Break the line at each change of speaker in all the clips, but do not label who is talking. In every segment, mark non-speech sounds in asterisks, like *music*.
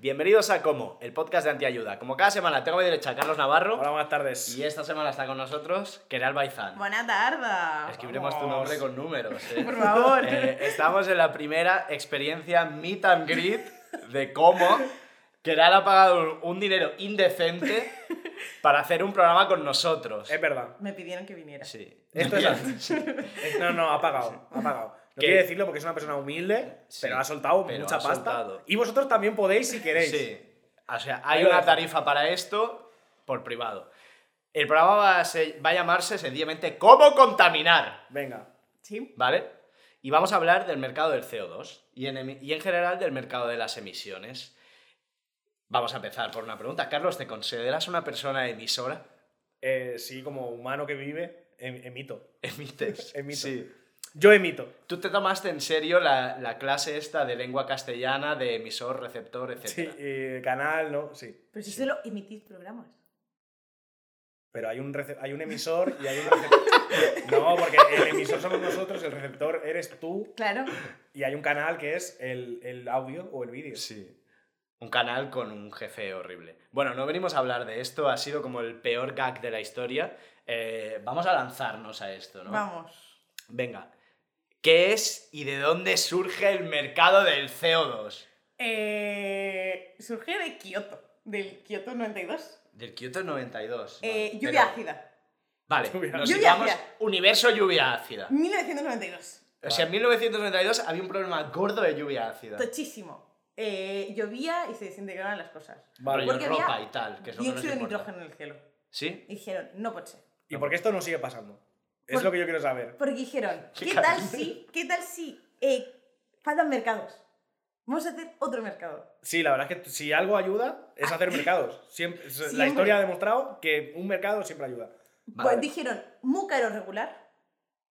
Bienvenidos a Como, el podcast de Antiayuda. Como cada semana tengo a mi derecha a Carlos Navarro
Hola, buenas tardes.
y esta semana está con nosotros Keral Baizán.
Buena tarde.
Escribiremos tu
Vamos.
nombre con números. ¿eh?
*laughs* Por favor.
Eh, estamos en la primera experiencia meet and greet de Como. Keral ha pagado un- un dinero indecente para hacer un programa con nosotros.
Es verdad.
Me pidieron que viniera.
Sí.
Eh, Esto es así. Eh, No, no, ha pagado. Ha pagado. No
¿Qué?
quiere decirlo porque es una persona humilde,
Sí,
pero ha soltado
pero
mucha
ha
pasta.
soltado.
Y vosotros también podéis si queréis.
Sí. O sea, hay
Ahí lo
una
dejo.
tarifa para esto por privado. El programa va a, se- va a llamarse sencillamente ¿Cómo contaminar?
Venga.
Sí.
¿Vale? Y vamos a hablar del mercado del CO2 y en, emi- y en general del mercado de las emisiones. Vamos a empezar por una pregunta. Carlos, ¿te consideras una persona emisora? *laughs*
Eh, sí, como humano que vive, em- emito.
¿Emites?
*laughs* Emito.
Sí.
Yo emito.
Tú te tomaste en serio la, la clase esta de lengua castellana, de emisor, receptor, etc.
Sí, eh, canal, ¿no? Sí.
Pero si solo emitís programas.
Pero hay un, rece- hay un emisor y hay
*laughs*
un receptor. No, porque el emisor somos nosotros, el receptor eres tú
Claro.
y hay un canal que es el, el audio o el vídeo.
Sí. Un canal con un jefe horrible. Bueno, no venimos a hablar de esto, ha sido como el peor gag de la historia. Eh, vamos a lanzarnos a esto, ¿no?
Vamos.
Venga. ¿Qué es y de dónde surge el mercado del CO2?
Eh, surge de Kioto, del Kioto 92.
Del Kyoto 92.
Eh,
vale,
lluvia
pero-
ácida.
Vale,
Lluvia
nos
ácida.
situamos
Lluvia ácida. Mm.
universo lluvia ácida.
1992.
O sea, en 1992 había un problema gordo de lluvia ácida.
Pues, Tochísimo. Eh, llovía y se desintegraban las cosas.
Vale.
Rollo
Porque había
ropa y tal, que es lo que nos
Dióxido de
importa.
nitrógeno en el cielo.
¿Sí?
Y dijeron, no puede ser.
¿Y por qué esto no sigue pasando? Es
Por-
lo que yo quiero saber.
Porque dijeron,
*laughs* Qué
¿qué tal
cabrón.
si, qué tal si eh, faltan mercados? Vamos a hacer otro mercado.
Sí, la verdad es que si algo ayuda es
*laughs*
hacer mercados. Siempre, La
Ah, Siempre.
historia ha demostrado que un mercado siempre ayuda.
Vale.
Pues dijeron, muy caro regular,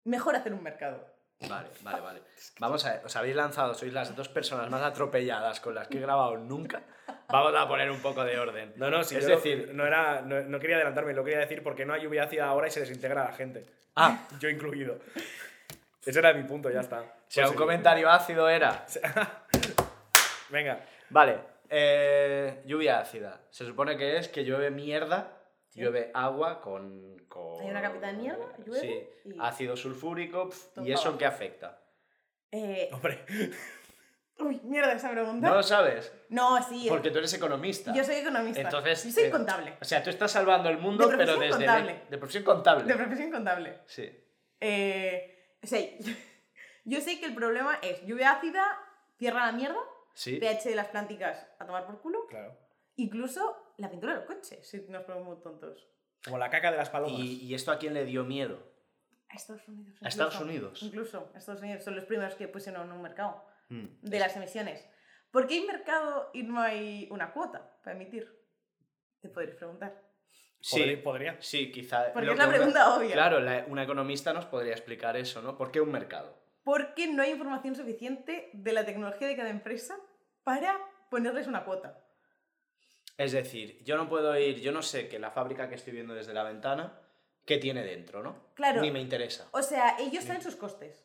mejor hacer un mercado.
Vale, vale,
*laughs*
vale. Vamos a ver, os habéis lanzado, sois las dos personas más atropelladas con las que he grabado nunca. Vamos a poner un poco de orden.
No, no, sí,
Es
yo
decir-
no, era, no, no quería adelantarme, lo quería decir porque no hay lluvia ácida ahora y se desintegra la gente.
Ah,
Yo incluido. Ese era mi punto, ya está.
si
Pues
un
sí.
comentario ácido era.
Venga.
Vale, eh, lluvia ácida. Se supone que es que llueve mierda,
Sí.
llueve agua con. con-
Hay una capa de mierda, llueve
Sí,
y-
ácido sulfúrico. pf,
Todo
¿Y eso en
abajo.
qué afecta?
Eh,
Hombre,
*laughs* uy, mierda esa pregunta.
No lo sabes,
No, sí. eh,
porque tú eres economista.
Yo soy economista.
Entonces,
yo soy
eh,
contable.
O sea, tú estás salvando el mundo,
De
pero
profesión
desde.
contable.
De profesión contable.
De profesión contable.
Sí.
Eh, o sea, *laughs* yo sé que el problema es lluvia ácida, cierra la mierda,
Sí.
pH de las plánticas a tomar por culo,
claro.
incluso la pintura de los coches, si nos ponemos muy tontos.
Como la caca de las palomas.
¿Y, y esto a quién le dio miedo?
A Estados Unidos.
A Estados
incluso.
Unidos.
Incluso, a Estados Unidos son los primeros que pusieron en un mercado
Mm.
de las emisiones. ¿Por qué hay mercado y no hay una cuota para emitir? Te podréis preguntar.
Sí,
Podría- podría.
sí, quizá.
Porque
lo
es la
que una-
pregunta obvia.
Claro, la- una economista nos podría explicar eso, ¿no? ¿Por qué un mercado?
Porque no hay información suficiente de la tecnología de cada empresa para ponerles una cuota.
Es decir, yo no puedo ir, yo no sé que la fábrica que estoy viendo desde la ventana, ¿qué tiene dentro, no?
Claro.
Ni me interesa.
O sea, ellos saben sus costes,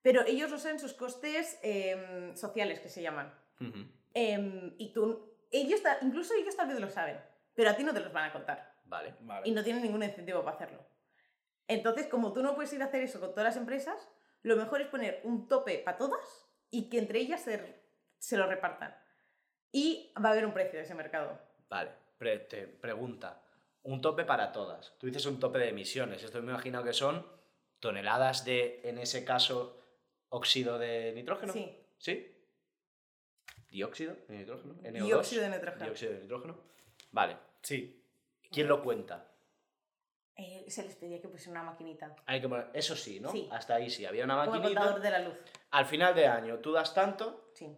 pero ellos no saben sus costes em, sociales, que se llaman.
Ujú,
Em, y tú, ellos, ta- incluso ellos tal vez lo saben, pero a ti no te los van a contar.
Vale.
Vale.
y no tienen ningún incentivo para hacerlo. Entonces, como tú no puedes ir a hacer eso con todas las empresas, lo mejor es poner un tope para todas y que entre ellas se, se lo repartan. Y va a haber un precio de ese mercado.
Vale. Pre- te pregunta. Un tope para todas. Tú dices un tope de emisiones. Esto me imagino que son toneladas de, en ese caso, óxido de nitrógeno.
Sí,
¿Sí? ¿Dióxido de nitrógeno? NO2.
dióxido de nitrógeno.
Dióxido de nitrógeno. Vale.
Sí.
¿Quién lo cuenta?
Eh, se les pedía que pusiera una maquinita.
Hay que poner- eso sí, ¿no?
Sí.
Hasta ahí sí. Había una
Como el contador
maquinita.
de la luz.
Al final de año, tú das tanto,
Sí.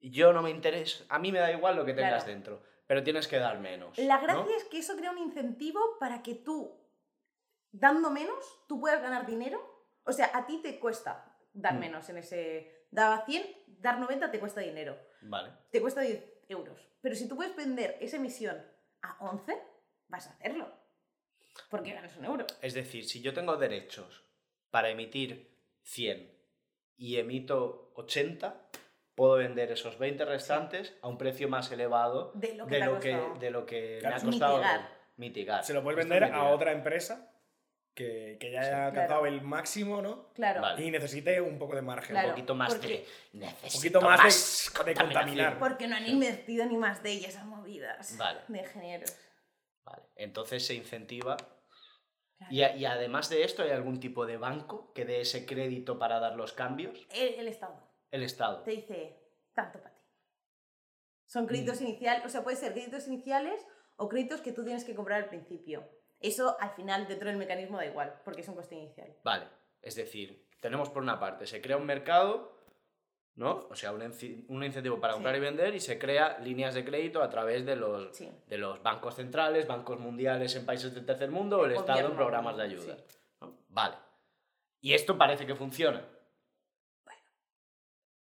yo no me interesa. A mí me da igual lo que tengas
Claro.
dentro, pero tienes que dar menos.
La
¿no?
gracia es que eso crea un incentivo para que tú, dando menos, tú puedas ganar dinero. O sea, a ti te cuesta dar
Mm.
menos en ese... Daba 100, dar 90 te cuesta dinero.
Vale.
te cuesta 10 euros. Pero si tú puedes vender esa emisión a 11, vas a hacerlo. Porque ganas un euro.
Es decir, si yo tengo derechos para emitir 100 y emito 80, puedo vender esos 20 restantes a un precio más elevado
De lo que
de
te ha
lo, que,
costado.
de lo que me
Claro,
ha
es
costado
mitigar.
mitigar.
Se lo puedes
Esto
vender
es
a
mitigar.
otra empresa que, que ya haya
Sí.
alcanzado
Claro.
el máximo, ¿no?
Claro.
Vale.
Y necesite un poco de margen.
un
Claro,
poquito más
porque-
de.
Un
necesito
poquito más, de- de,
contaminación.
contaminar.
Porque no han invertido ni más de ellas a movidas
Vale.
de ingenieros.
Vale, Entonces se incentiva.
Claro.
Y, a- y además de esto, ¿hay algún tipo de banco que dé ese crédito para dar los cambios?
El, el Estado
El Estado.
te dice tanto para ti.
Mm.
Son créditos iniciales, o sea, puede ser créditos iniciales o créditos que tú tienes que comprar al principio. Eso al final dentro del mecanismo da igual, porque es un coste inicial.
Vale, es decir, tenemos por una parte, se crea un mercado, ¿no? O sea, un, enci- un incentivo para
Sí.
comprar y vender y se crea líneas de crédito a través de los,
Sí.
de los bancos centrales, bancos mundiales en países del tercer mundo o el
El
Estado en
gobierno,
programas de ayuda.
sí.
¿no? Vale. Y esto parece que
*laughs*
funciona.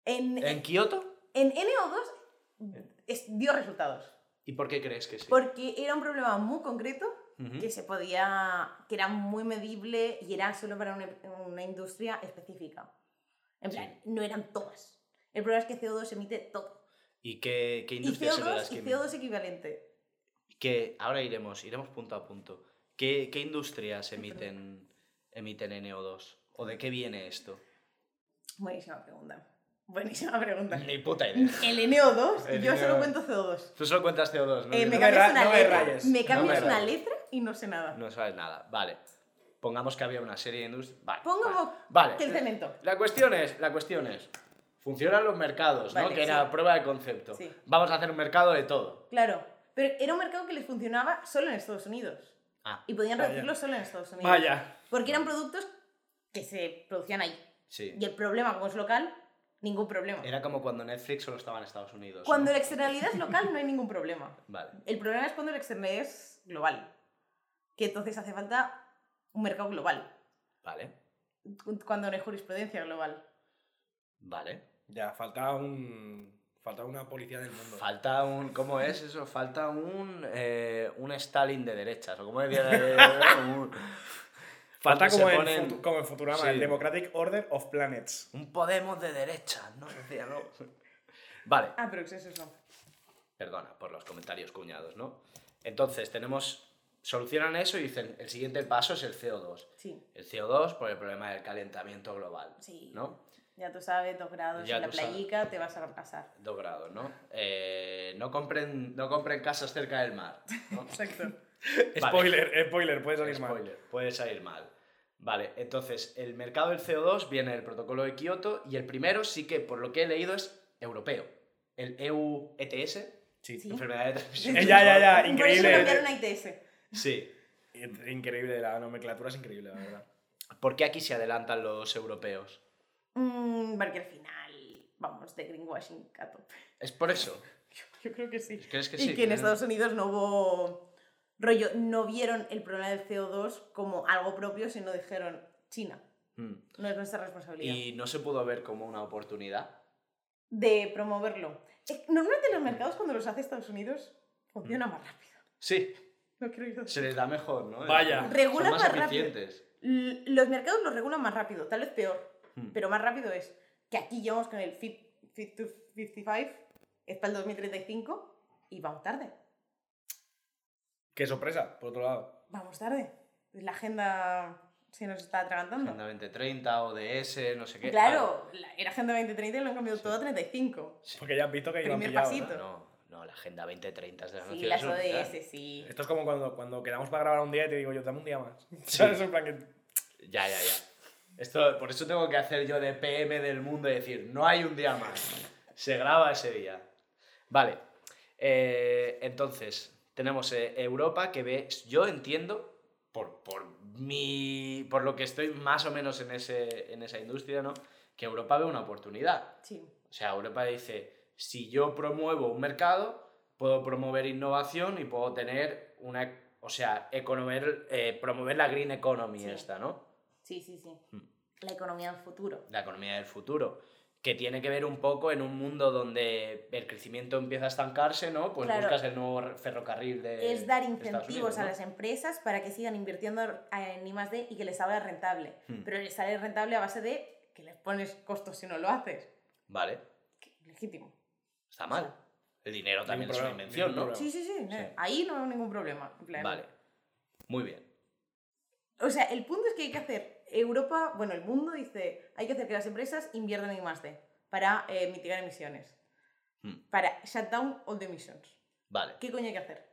En,
¿En Eh. Kioto?
en NO2 es- dio resultados,
¿Y por qué crees que sí?
porque era un problema muy concreto
Ujú.
que se podía, que era muy medible y era solo para una, una industria específica. En
Sí.
plan, no eran todas. El problema es que CO2 emite todo.
¿Y qué, qué
Y
industrias son las
CO2,
que...
y CO2 equivalente.
que ahora iremos, iremos punto a punto. ¿Qué, qué industrias emiten, emiten NO2? ¿O de qué viene esto?
Buenísima pregunta.
*laughs*
Buenísima pregunta.
Ni puta idea.
El NO2,
El
yo solo
NO2.
cuento CO2.
Tú solo cuentas CO2, ¿no?
Eh, me
me
cambias
ra-
una
no me
letra.
rayes,
me
no
cambias
me
una
rayes.
letra y no sé nada.
No sabes nada. Vale. Pongamos que había una serie de industrias. Vale.
Pongo
vale.
que el E.
Vale.
cemento.
La cuestión es, la cuestión es, funcionan los mercados, ¿no?
Vale,
Que era
sí.
prueba de concepto.
Sí.
Vamos a hacer un mercado de todo.
Claro. Pero era un mercado que les funcionaba solo en Estados Unidos.
Ah,
Y podían
Vaya.
reducirlo solo en Estados Unidos.
Vaya.
Porque eran productos que se producían ahí.
sí.
Y el problema, como es local, ningún problema.
Era como cuando Netflix solo estaba en Estados Unidos. ¿no?
Cuando la externalidad es local, no hay ningún problema.
Vale.
El problema es cuando la externalidad es global. Que entonces hace falta un mercado global.
Vale.
Cuando no hay jurisprudencia global.
Vale.
Ya, falta un. Falta una policía del mundo.
Falta un. ¿Cómo es eso? Falta un. eh, un Stalin de derechas. O como decía. *laughs* un,
Falta
Porque
como
se
en,
ponen-
Futu- como en Futurama,
Sí.
el Democratic Order of Planets.
un Podemos de derechas, ¿no? Decía, ¿no? Vale.
Ah, pero ¿qué es eso?
Perdona por los comentarios cuñados, ¿no? Entonces, tenemos. Solucionan eso y dicen: el siguiente paso es el CO2.
Sí,
El CO2 por el problema del calentamiento global.
sí.
¿No?
Ya tú sabes, dos grados
Ya
en la
tú sabes.
playica, te vas a pasar.
Dos grados, ¿no? Eh, no, compren, no compren casas cerca del mar. *laughs* ¿no?
*laughs*
Exacto.
Vale.
Spoiler, spoiler, puede salir mal.
Spoiler, puede salir mal. Vale, entonces el mercado del CO2 viene del protocolo de Kioto y el primero sí que, por lo que he leído, es europeo. El E EU ETS,
Sí.
Sí.
enfermedad de transmisión.
Eh, *laughs* ya, ya, ya,
Por eso cambiaron
increíble.
a ITS.
Sí,
Increíble, la nomenclatura es increíble, la verdad.
¿por qué aquí se adelantan los europeos?
Mm, porque al final vamos de greenwashing a tope.
Es por eso.
Yo creo que sí.
¿Crees que
y
sí?
que en Estados Unidos no hubo rollo, no vieron el problema del CO2 como algo propio, sino dijeron China,
Mm.
no es nuestra responsabilidad.
Y no se pudo ver como una oportunidad.
De promoverlo. Eh, Normalmente los mercados cuando los hace Estados Unidos funciona más rápido.
Mm. Sí,
No quiero ir a-
se les da mejor, ¿no?
Vaya.
Son
Regula
más
más rápido.
eficientes.
L- Los mercados los regulan más rápido, tal vez peor,
Hmm.
Mm.
pero más rápido es que aquí llevamos con el Fit, fit to 55, es para el 2035 y vamos tarde.
Qué sorpresa, por otro lado.
Vamos tarde. La agenda se nos está atragantando.
Agenda 2030, ODS, no sé qué.
Claro, la- era Agenda 2030 y lo han cambiado
Sí.
todo a 35.
Porque ya has visto que iban
Primer
pillados.
Ah,
pasito.
no, no, la Agenda 2030 es de las
Sí,
Naciones
las
Unidas.
ODS, sí.
Esto es como cuando, cuando quedamos para grabar un día y te digo yo, dame un día más. *laughs* ¿Sabes? En plan que-
Ya, ya, ya. Esto, por eso tengo que hacer yo de PM del mundo y decir, no hay un día más. Se graba ese día. Vale. eh, entonces, tenemos eh, Europa que ve, yo entiendo, por, por, mi, por lo que estoy más o menos en, ese, en esa industria, ¿no? que Europa ve una oportunidad.
Sí.
O sea, Europa dice, si yo promuevo un mercado, puedo promover innovación y puedo tener una... O sea, economer- eh, promover la green economy
Sí.
esta, ¿no?
sí, sí, sí.
Hmm.
La economía del futuro.
la economía del futuro, que tiene que ver un poco en un mundo donde el crecimiento empieza a estancarse, ¿no? Pues
Claro.
buscas el nuevo re- ferrocarril de
es dar
Eh, Estados
incentivos
Unidos,
a
¿no?
las em- empresas para que sigan invirtiendo en I+.D. y que les salga rentable.
Hmm.
Pero les sale rentable a base de que les pones costos si no lo haces.
Vale.
Que legítimo.
Está mal. El dinero también es una
problema,
invención,
ningún
¿no?
Sí, sí, sí,
Sí.
Ahí no hay ningún problema. en plan.
Vale. Muy bien.
O sea, el punto es que hay que hacer. Europa, bueno, el mundo dice, hay que hacer que las empresas inviertan en I+.D. para eh, mitigar emisiones.
Hmm.
Para shut down all the emissions.
Vale.
¿Qué coño hay que hacer?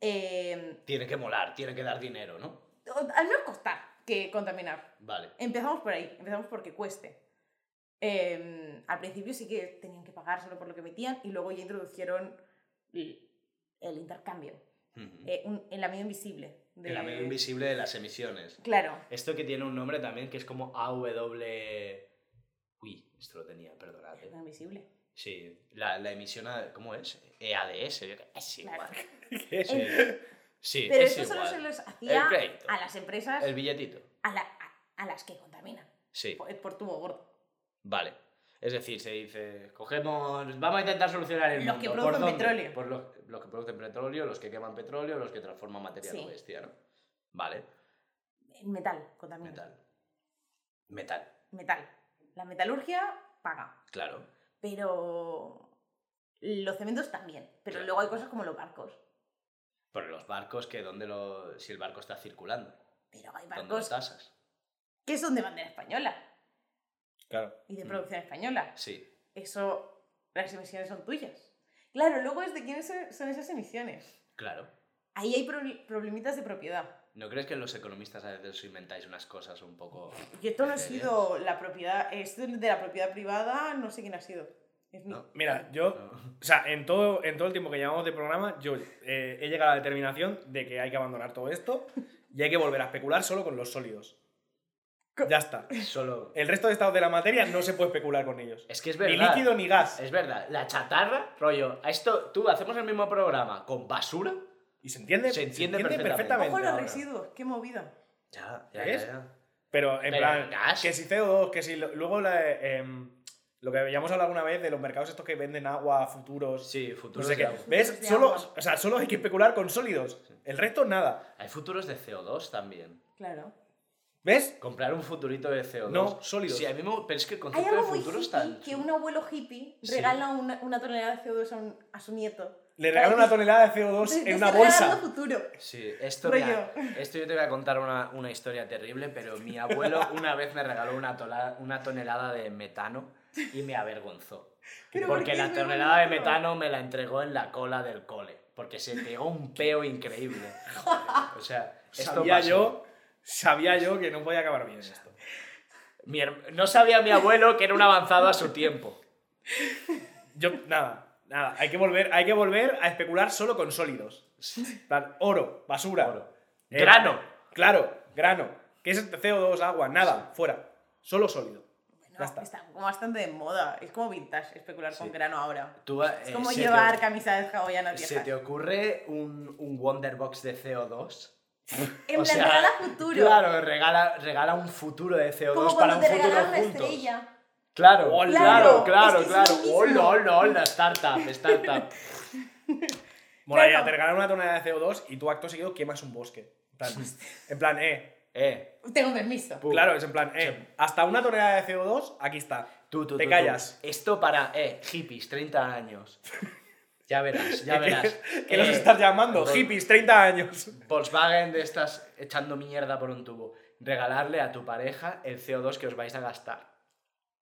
Eh,
Tiene que molar, tiene que dar dinero, ¿no?
o- al menos costar que contaminar.
Vale.
Empezamos por ahí, empezamos porque cueste. Eh, al principio sí que tenían que pagárselo por lo que metían y luego ya introdujeron el, el intercambio,
Ujú.
eh, un- el amigo invisible. de-
Hmm. El amigo invisible de las emisiones.
Claro,
Esto que tiene un nombre también que es como AW... Uy, esto lo tenía, perdonad.
el
eh.
amigo invisible.
Sí, la, la emisión, a- ¿cómo es? EADS, yo qué- es
Claro.
igual.
*laughs*
¿Qué
Eh.
Sí, sí
Pero
es
eso solo
igual.
se los hacía
El crédito.
a las empresas,
El billetito,
a, la- a- a las que contaminan,
sí,
por, por tubo gordo.
vale. Es decir, se dice, cogemos, vamos a intentar solucionar el
Los
mundo.
que
¿Por
producen
dónde?
petróleo.
Por los, los que producen petróleo, los que queman petróleo, los que transforman materia
Sí.
en bestia, ¿no? Vale,
El metal contamina.
metal. Metal,
Metal. La metalurgia paga,
claro.
pero los cementos también. Pero
Claro.
luego hay cosas como los barcos.
Por los barcos, que donde lo, si el barco está circulando,
Pero hay
¿dónde lo
barcos
tasas?
que son de bandera española
Claro.
y de
Mm.
producción española.
Sí,
Eso, las emisiones son tuyas. Claro, luego es de quiénes son- son esas emisiones.
claro.
Ahí hay proble- problemitas de propiedad.
¿No crees que los economistas a veces os inventáis unas cosas un poco...
Y esto no ha
¿En serio?
sido la propiedad, esto es de la propiedad privada, no sé quién ha sido. Es mi-
No.
Mira, *laughs* yo
No.
O sea, en todo, en todo el tiempo que llevamos de programa, yo eh, he llegado a la determinación de que hay que abandonar todo esto y hay que volver a especular solo con los sólidos.
Co-
Ya está.
Solo...
El resto de estados de la materia no se puede especular con ellos.
Es que es
Ni
verdad.
líquido ni gas.
Es verdad, la chatarra, rollo, a esto, tú hacemos el mismo programa con basura.
Y se entiende,
Se entiende perfectamente.
perfectamente.
Ojo a los
ahora.
residuos, qué movida.
Ya,
ya, ya, Pero en
Pero
plan,
el gas.
que si CO2, que si lo- luego la, eh, em, lo que habíamos hablado alguna vez de los mercados estos que venden agua, futuros,
Sí,
no
futuros
sé
de
qué.
agua.
¿Ves?
De
Solo,
agua.
o sea, solo hay que especular con sólidos. El resto nada.
Hay futuros de CO2 también.
Claro.
¿Ves?
Comprar un futurito de CO2.
No, sólidos.
Sí, a mí me... Pero es que el
Hay
concepto de
algo muy
futuro
hippie
está... tan...
que un abuelo hippie
Sí.
regala una, una tonelada de CO2 a, un- a su nieto.
Le regalo una tonelada de CO2
Te- te
en una
está regalando
bolsa.
futuro.
Sí, esto,
Rollo.
mira, esto yo te voy a contar una, una historia terrible, pero mi abuelo una vez me regaló una, tola- una tonelada de metano y me avergonzó.
Pero ¿por
porque
qué
la
es muy
tonelada de
bonito?
metano me la entregó en la cola del cole, porque se pegó un peo increíble. O sea, esto
sabía
pasó.
yo, sabía yo que no podía acabar bien esto.
Mi her- No sabía mi abuelo que era un avanzado a su tiempo.
Yo, nada, nada, hay que volver, hay que volver a especular solo con sólidos. Plan, oro, basura.
Oro.
Eh,
Grano.
Claro, grano. ¿Qué es este CO2, agua? Nada, fuera. Solo sólido.
Bueno,
Ya está.
está. como bastante de moda. Es como vintage especular con grano ahora.
Tú, eh,
Es como
se te-
llevar camisas hawaianas
¿Se
viejas.
te ocurre un, un Wonderbox de CO2?
En
O
plan,
sea,
regala futuro.
Claro, regala, regala un futuro de CO2
como
para
cuando
un
te
futuro
regalan una
juntos.
estrella.
Claro,
Hola.
claro,
Claro,
claro,
es que es
claro.
lo mismo.
Hola, hola, hola, startup, startup.
*laughs*
Bueno,
Claro.
ya, te regalan una tonelada de CO2 y tú acto seguido quemas un bosque. En plan, en plan, eh.
Eh,
Tengo permiso.
pu-
Claro, es en plan, eh. Hasta una tonelada de CO2, aquí está.
tú, tú,
Te
tú,
callas.
tú. Esto para, eh, hippies, 30
*laughs*
años. Ya verás, ya verás.
Que los
Eh,
estás llamando?
Vol-
Hippies, 30 años.
Volkswagen de estas echando mierda por un tubo. Regalarle a tu pareja el CO2 que os vais a gastar.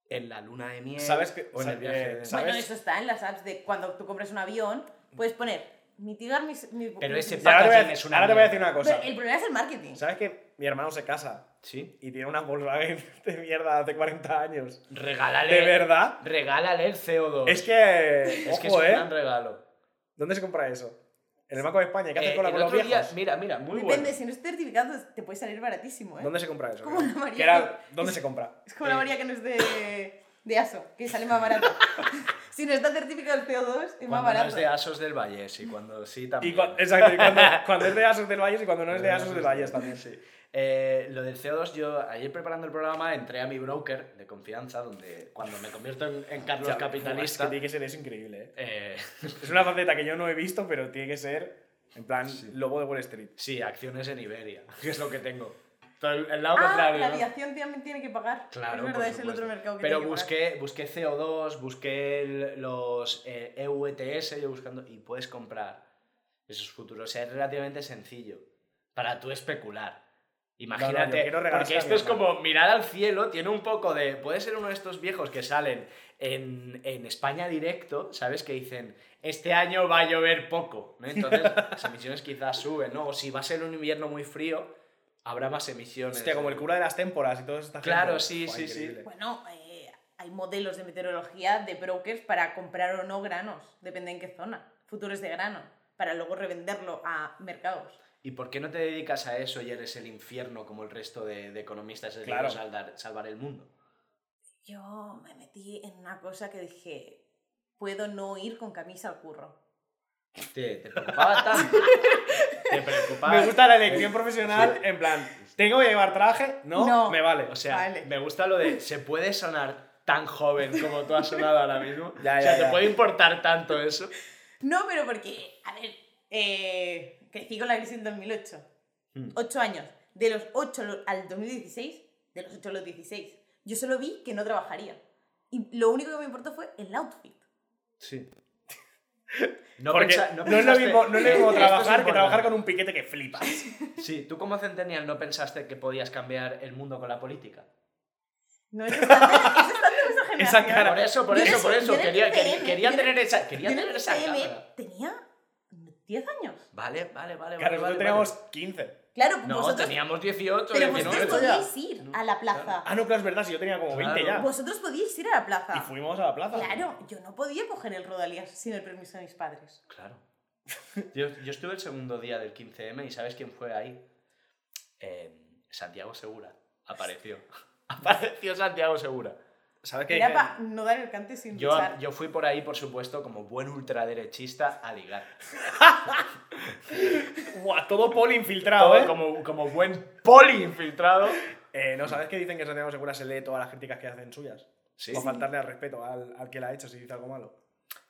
En la luna de miel
¿Sabes que-
o en el
sa-
viaje.
eh,
de-
¿sabes?
Bueno, eso está en las apps de cuando tú compras un avión, puedes poner mitigar mis. mis-
Pero
mis-
ese
Y ahora te voy a,
Packaging es una
ahora te voy a decir
mierda.
una cosa.
Pero el problema es el marketing.
¿Sabes que mi hermano se casa
Sí.
y tiene una Volkswagen de mierda hace 40 años?
Regálale,
¿De verdad?
regálale el CO2.
Es que.
Es que es
ojo,
un
¿eh?
gran regalo.
¿Dónde se compra eso? En el Banco de España. ¿Qué haces
Eh,
con la
el
con los
otro día-
viejos?
mira, mira, muy
Depende,
bueno.
si no es certificado, te puede salir baratísimo, ¿eh?
¿Dónde se compra eso?
Como una María
Que era- ¿Dónde se compra?
Es como
eh.
la María que no es de. de ASO, que sale
*laughs*
más barato. si no está certificado el CO2, es más
Cuando no
barato.
es de Asos del Valle, sí, cuando sí también.
Y cua- exacto, y cuando,
*laughs*
cuando es de Asos del Valles y cuando no es de Asos del Valles también.
Sí. Eh, lo del CO2, yo ayer preparando el programa entré a mi broker de confianza, donde cuando me convierto en, en Carlos
Ya, es que
Capitalista.
tiene que ser eso increíble, ¿eh?
eh, *laughs*
Es una faceta que yo no he visto, pero tiene que ser, en plan,
Sí.
lobo de Wall Street.
*laughs* sí, acciones en Iberia, que es lo que tengo. Pero el, el lado
Ah,
contrario.
la
¿no?
aviación también tiene que pagar.
Claro,
es
por
verdad, es el
supuesto.
otro mercado que
Pero
tiene que
busqué,
pagar.
busqué CO2, busqué el- los eh, EUTS, yo buscando, y puedes comprar esos futuros. O sea, es relativamente sencillo para tú especular.
No, no, yo
Imagínate,
quiero regalar
porque
a
esto
mi
es
hermano.
como mirar al cielo, tiene un poco de... Puede ser uno de estos viejos que salen en, en España directo, ¿sabes? Que dicen, este año va a llover poco, ¿no?
*laughs*
Entonces las emisiones quizás suben, ¿no? O si va a ser un invierno muy frío, habrá más emisiones.
Hostia, como el cura de las témporas y todo esto.
Claro, sí, sí, sí.
Bueno, eh, hay modelos de meteorología de brokers para comprar o no granos, depende en qué zona, futuros de grano, para luego revenderlo a mercados.
¿Y por qué no te dedicas a eso y eres el infierno como el resto de, de economistas? Es
Claro.
decir, salvar, salvar el mundo.
Yo me metí en una cosa que dije, puedo no ir con camisa al curro.
Te, te *laughs* preocupaba tanto. te preocupaba.
Me gusta la elección profesional, en plan, ¿tengo que llevar traje? No,
No.
me vale.
O sea,
Vale.
me gusta lo de se puede sonar tan joven como tú has sonado ahora mismo.
Ya,
o sea,
ya,
te
ya.
puede importar tanto eso.
No, pero porque, a ver, eh, crecí con la crisis en 2008.
Mm.
Hmm.
Ocho años. De los 8 al 2016, de los 8 a los 16, yo solo vi que no trabajaría. Y lo único que me importó fue el outfit.
Sí. No,
Porque
pensa-
no, es lo
pensaste-
mismo, no es lo mismo
Esto es
trabajar que
importante.
trabajar con un piquete que flipas.
Sí, tú como centennial no pensaste que podías cambiar el mundo con la política.
No, eso es tanto, eso es tanto de
*laughs*
esa generación.
Esa cara.
Por eso, por
Yo era-
eso, por
yo
eso.
era
Quería,
TM,
quer- quería
yo era-
tener esa, quería
Yo en
tener
el
esa
TM
cámara.
tenía 10 años.
Vale, vale, vale. vale,
Claro,
vale,
nosotros teníamos 15.
Claro,
No,
vosotros,
teníamos 18,
pero
19.
vosotros
ya.
podíais ir a la plaza.
Ah, no, claro, es verdad, si yo tenía como 20
Claro. Pues, ah,
Vosotros podíais ir a la
ya. Y
plaza.
fuimos a la plaza.
Claro, yo no podía coger el Rodalías sin el permiso de mis padres.
Claro. *laughs* Yo, yo estuve el segundo día del 15M y ¿sabes quién fue ahí? Eh, Santiago Segura. Apareció. *laughs* Apareció Santiago Segura.
¿Sabes qué?
Era para no dar el cante sin
Yo,
luchar.
yo fui por ahí, por supuesto, como buen ultraderechista a ligar.
Guau, todo poli infiltrado,
Todo
¿eh?
como, como buen poli infiltrado.
Eh, No, ¿sabes qué dicen que Santiago Segura se lee todas las críticas que hacen suyas?
Sí.
Para faltarle al respeto al, al que la ha hecho si dice algo malo.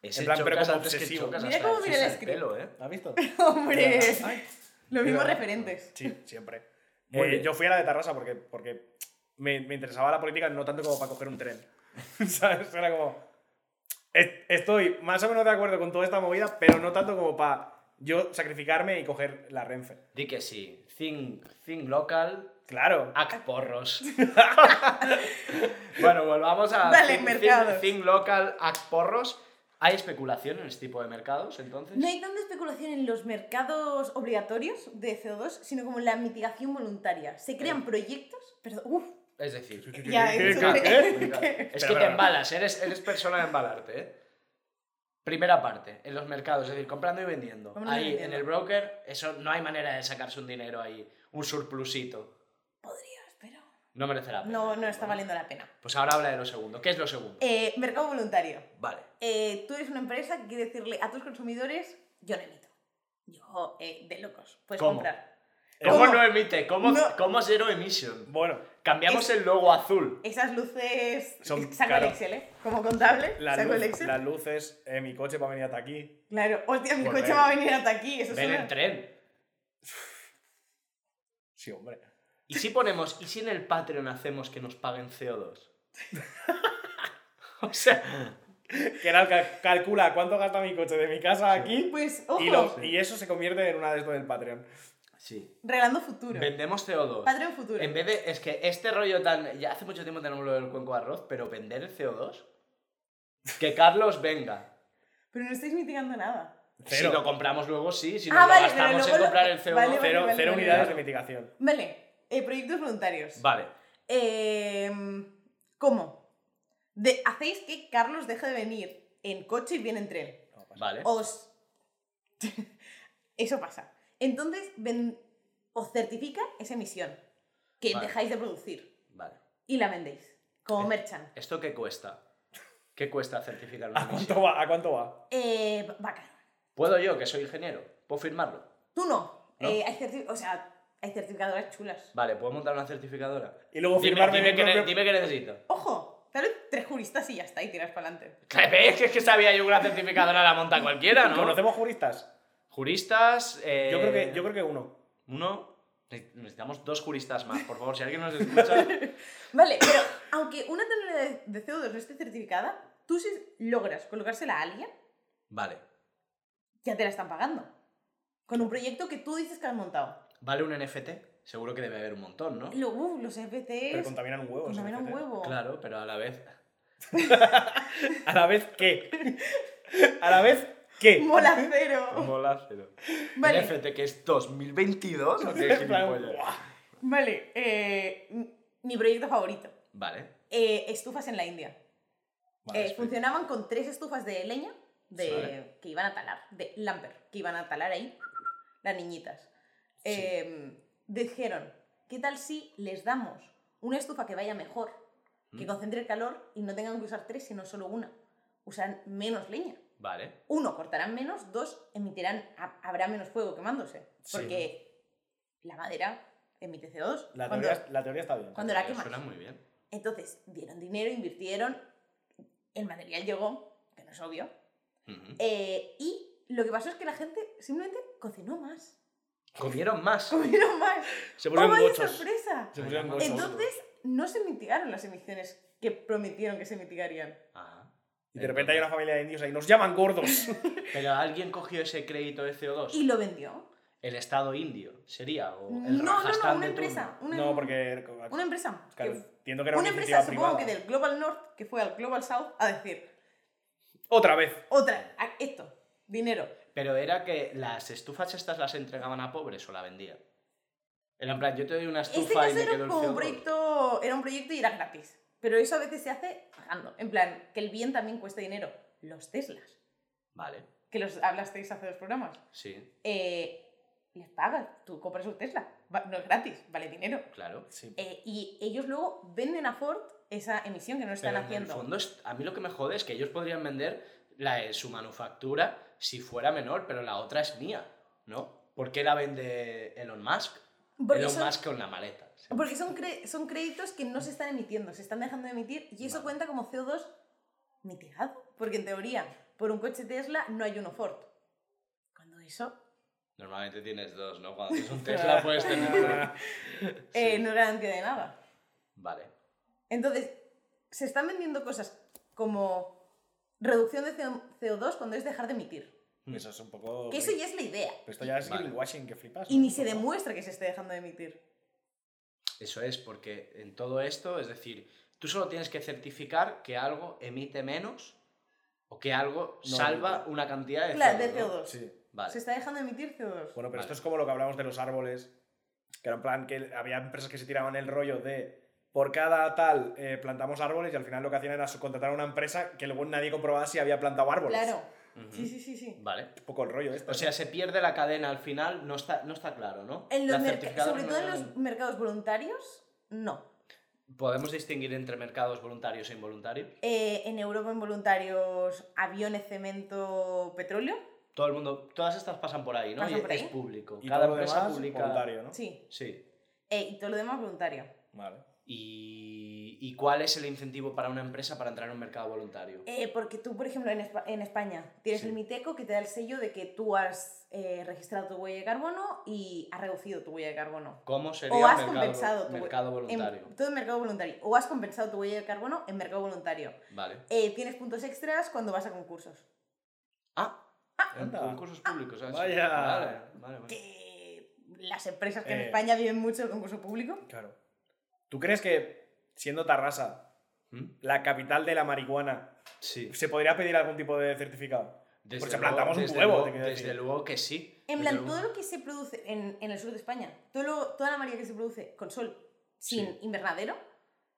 Ese
En plan, pero
chocas
como
antes que
obsesivo.
chocas
Mira
hasta
cómo mira el
ensucia
script.
pelo, ¿eh? *laughs*
¿Has visto?
*laughs* Hombre,
Ay.
los mismos
verdad.
referentes.
Sí, siempre.
Muy
Eh,
bien.
yo fui a la de Tarrasa porque, porque me, me interesaba la política no tanto como para coger un tren. *laughs* ¿Sabes? Era como. "Es- Estoy más o menos de acuerdo con toda esta movida, pero no tanto como para yo sacrificarme y coger la Renfe.
Di que sí. Think, think local,
Claro.
Act
*laughs*
porros. bueno, volvamos a
Vale,
Think-
mercados.
Think, Think local, act porros. ¿Hay especulación en este tipo de mercados entonces?
No hay tanta especulación en los mercados obligatorios de CO2, sino como en la mitigación voluntaria. Se crean proyectos, pero uff,
Es decir,
ya,
Eh. ¿Qué,
eso- *laughs*
qué, qué?
es que
Pero,
te
pero,
embalas, eres, eres persona de embalarte. ¿eh? Primera parte, en los mercados, es decir, comprando y vendiendo.
Comprando y
Ahí, en
vendiendo.
el broker, eso no hay manera de sacarse un dinero ahí, un surplusito.
Podrías, pero
No merecerá la pena.
no, no está
Bueno,
valiendo la pena.
Pues ahora habla de lo segundo. ¿Qué es lo segundo?
Eh, mercado voluntario.
Vale.
Eh, tú eres una empresa que quiere decirle a tus consumidores, yo no emito. Yo, eh, de locos, puedes
¿Cómo?
comprar.
¿Cómo,
¿Cómo?
no emite? ¿Cómo,
No.
¿Cómo cero emission?
Bueno,
Cambiamos el logo azul.
Esas luces...
Son
saco
caro.
el Excel, ¿eh? Como contable,
la
saco
luz-
el Excel.
las luces, eh, mi coche va a venir hasta aquí.
Claro, hostia, mi
Joder.
coche va a venir hasta aquí. Eso
Ven
suena-
en tren.
Sí, hombre.
¿Y si ponemos, y si en el Patreon hacemos que nos paguen CO2? *laughs* o sea,
Que era el cal- calcula cuánto gasta mi coche de mi casa aquí
Pues, ojo,
y, lo- y eso se convierte en una de estos del Patreon.
sí.
regalando futuro.
Vendemos CO2.
Patreon futuro.
En vez de, es que este rollo tan, ya hace mucho tiempo tenemos lo del cuenco de arroz, pero vender el CO2, que Carlos venga.
Pero no estáis mitigando nada.
Cero.
Si lo compramos luego, sí, si
Ah,
no lo
vale, pero
gastamos en
luego lo-
comprar el CO2.
vale, vale.
Cero, cero
vale,
unidades
vale.
de mitigación.
Vale, eh, proyectos voluntarios.
Vale.
Em, ¿Cómo? De- hacéis que Carlos deje de venir en coche y viene en tren.
No, pasa.
Vale.
Os. *laughs* Eso pasa. Entonces, ven- os certifica esa emisión que
Vale.
dejáis de producir
Vale.
y la vendéis como
Eh.
merchant.
¿Esto qué cuesta? ¿Qué cuesta certificar una
¿A cuánto
emisión?
va? ¿A cuánto va?
Eh, bacán.
¿Puedo yo, que soy ingeniero? ¿Puedo firmarlo?
Tú no.
No.
Eh, hay certi- o sea, hay certificadoras chulas.
Vale, ¿puedo montar una certificadora?
Y luego
Dime,
firmarme
dime
mi
que ne-
propio-
dime que necesito.
Ojo, tal vez tres juristas y ya está, y tiras para adelante.
*laughs* Es que, es que sabía yo que una certificadora la monta cualquiera, ¿no?
¿Conocemos juristas?
Juristas. eh,
Yo, creo que, yo creo que uno.
Uno. Ne- Necesitamos dos juristas más, por favor, si alguien nos *laughs* escucha.
Vale, pero aunque una tonelada de- de CO2 no esté certificada, tú si logras colocársela a alguien,
Vale.
ya te la están pagando. Con un proyecto que tú dices que has montado.
¿Vale un NFT? Seguro que debe haber un montón, ¿no?
Luego, uh, los
Pero
FTs
contaminan ¿eh? un huevo.
contaminan un
etcétera.
huevo.
Claro, pero a la vez.
*laughs* ¿A la vez qué? *laughs* ¿A la vez qué?
Mola cero.
*laughs* Mola cero.
Vale.
NFT que es 2022 o *laughs* qué
En plan,
gilipollas?
¡guau!
Vale, eh, m- mi proyecto favorito.
Vale.
Eh, estufas en la India.
Vale,
Eh,
espera.
funcionaban con tres estufas de leña de,
Vale.
que iban a talar, de lamper, que iban a talar ahí las niñitas. Eh, dijeron, ¿qué tal si les damos una estufa que vaya mejor, que
Mm.
concentre el calor y no tengan que usar tres, sino solo una? Usarán menos leña.
Vale.
Uno, cortarán menos, dos, emitirán, ha- habrá menos fuego quemándose,
Sí.
porque la madera emite CO2.
La
cuando-
teoría, la teoría está bien.
cuando la
Pero
quemas.
Suena muy bien.
Entonces, dieron dinero, invirtieron, el material llegó, que no es obvio,
*laughs* Ujú.
eh, y lo que pasó es que la gente simplemente cocinó más. *laughs*
Comieron más.
Comieron más.
Se
¡Oh,
pusieron
vaya
bochos.
sorpresa!
Se pusieron
Ocho.
bochos.
Entonces, no se mitigaron las emisiones que prometieron que se mitigarían.
Ah.
y de repente hay una familia de indios ahí. ¡Nos llaman gordos!
Pero alguien cogió ese crédito de CO2.
Y lo vendió.
El Estado indio sería. O
No,
el
no, no,
Rajastán
una
de turno.
empresa. *laughs* Una,
no, porque.
Una empresa. que-
claro, entiendo que era una,
una empresa,
iniciativa
supongo
privada.
que del Global North, que fue al Global South, a decir,
Otra vez.
otra, a- esto, dinero.
Pero era que las estufas estas las entregaban a pobres o la vendían. Era en plan, yo te doy una
Este
estufa y
caso
me
era
quedo el
como un
CO2.
proyecto, era un proyecto y era gratis. Pero eso a veces se hace pagando. En plan, que el bien también cuesta dinero. Los Teslas,
Vale,
que los hablasteis hace dos programas,
sí,
eh, les pagas. Tú compras un Tesla. Va- no es gratis, vale dinero.
claro.
Sí.
Eh, y ellos luego venden a Ford esa emisión que no están
Pero en el
haciendo.
fondo, es- a mí lo que me jode es que ellos podrían vender la, eh, su manufactura si fuera menor, pero la otra es mía, ¿no? ¿Por qué la vende Elon Musk?
porque
Elon
son,
Musk con la maleta. sí.
porque son, cre- son créditos que no se están emitiendo, se están dejando de emitir y eso
Vale.
cuenta como CO2 mitigado. Porque en teoría, por un coche Tesla no hay uno Ford. Cuando eso
Normalmente tienes dos, ¿no? Cuando tienes un Tesla
*laughs*
puedes
*laughs*
tener uno.
eh,
Sí,
no es garantía de nada.
Vale.
Entonces, se están vendiendo cosas como reducción de CO2 cuando es dejar de emitir.
Eso es un poco.
Que eso ya es la idea.
Pero esto ya es
Vale.
greenwashing que flipas.
Y
¿no?
ni se demuestra que se esté dejando de emitir.
Eso es, porque en todo esto, es decir, tú solo tienes que certificar que algo emite menos o que algo
No
salva
emite.
una cantidad de
Claro, de
CO2, ¿no?
CO2.
Sí.
Vale.
Se está dejando de emitir
Bueno,
CO2.
pero
Vale.
esto es como lo que hablamos de los árboles. Que era en plan que había empresas que se tiraban el rollo de por cada tal eh, plantamos árboles y al final lo que hacían era subcontratar a una empresa que luego nadie comprobaba si había plantado árboles.
claro.
Ujú.
Sí, sí, sí, sí.
Vale.
Un poco el rollo este.
O sea, se pierde la cadena al final, no está, no está claro, ¿no?
En los
La
merca-
certificadora
sobre
no
todo en
era
los mercados voluntarios, no.
un- Podemos distinguir entre mercados voluntarios e involuntarios.
Eh, en Europa, en voluntarios, aviones, cemento, petróleo.
Todo el mundo, todas estas pasan por ahí, ¿no?
Pasan
Y
por
es
ahí.
público.
y
Cada
todo lo
empresa
demás,
publica.
voluntario, ¿no?
Sí.
Sí.
Eh, y todo lo demás voluntario.
Vale.
Y, ¿Y cuál es el incentivo para una empresa para entrar en un mercado voluntario?
Eh, porque tú, por ejemplo, en, Espa- en España tienes
Sí.
el Miteco que te da el sello de que tú has eh, registrado tu huella de carbono y has reducido tu huella de carbono.
¿Cómo sería
O has
mercado,
compensado tu em-
mercado
En,
voluntario?
todo en mercado voluntario. O has compensado tu huella de carbono en mercado voluntario.
Vale.
Eh, tienes puntos extras cuando vas a concursos.
Ah, en
Anda.
concursos públicos. ¿sabes?
Vaya.
ah, Vale, vale, vale.
Que las empresas que en
Eh.
España viven mucho el concurso público.
Claro. ¿Tú crees que, siendo Tarrasa,
¿Mm?
la capital de la marihuana,
Sí.
se podría pedir algún tipo de certificado?
Desde
Pues se
luego-
plantamos un
desde
huevo,
luego-
te quiero
desde
decir.
luego que sí.
En
desde
plan,
luego.
todo lo que se produce en, en el sur de España, todo lo- toda la maría que se produce con sol sin
Sí.
invernadero,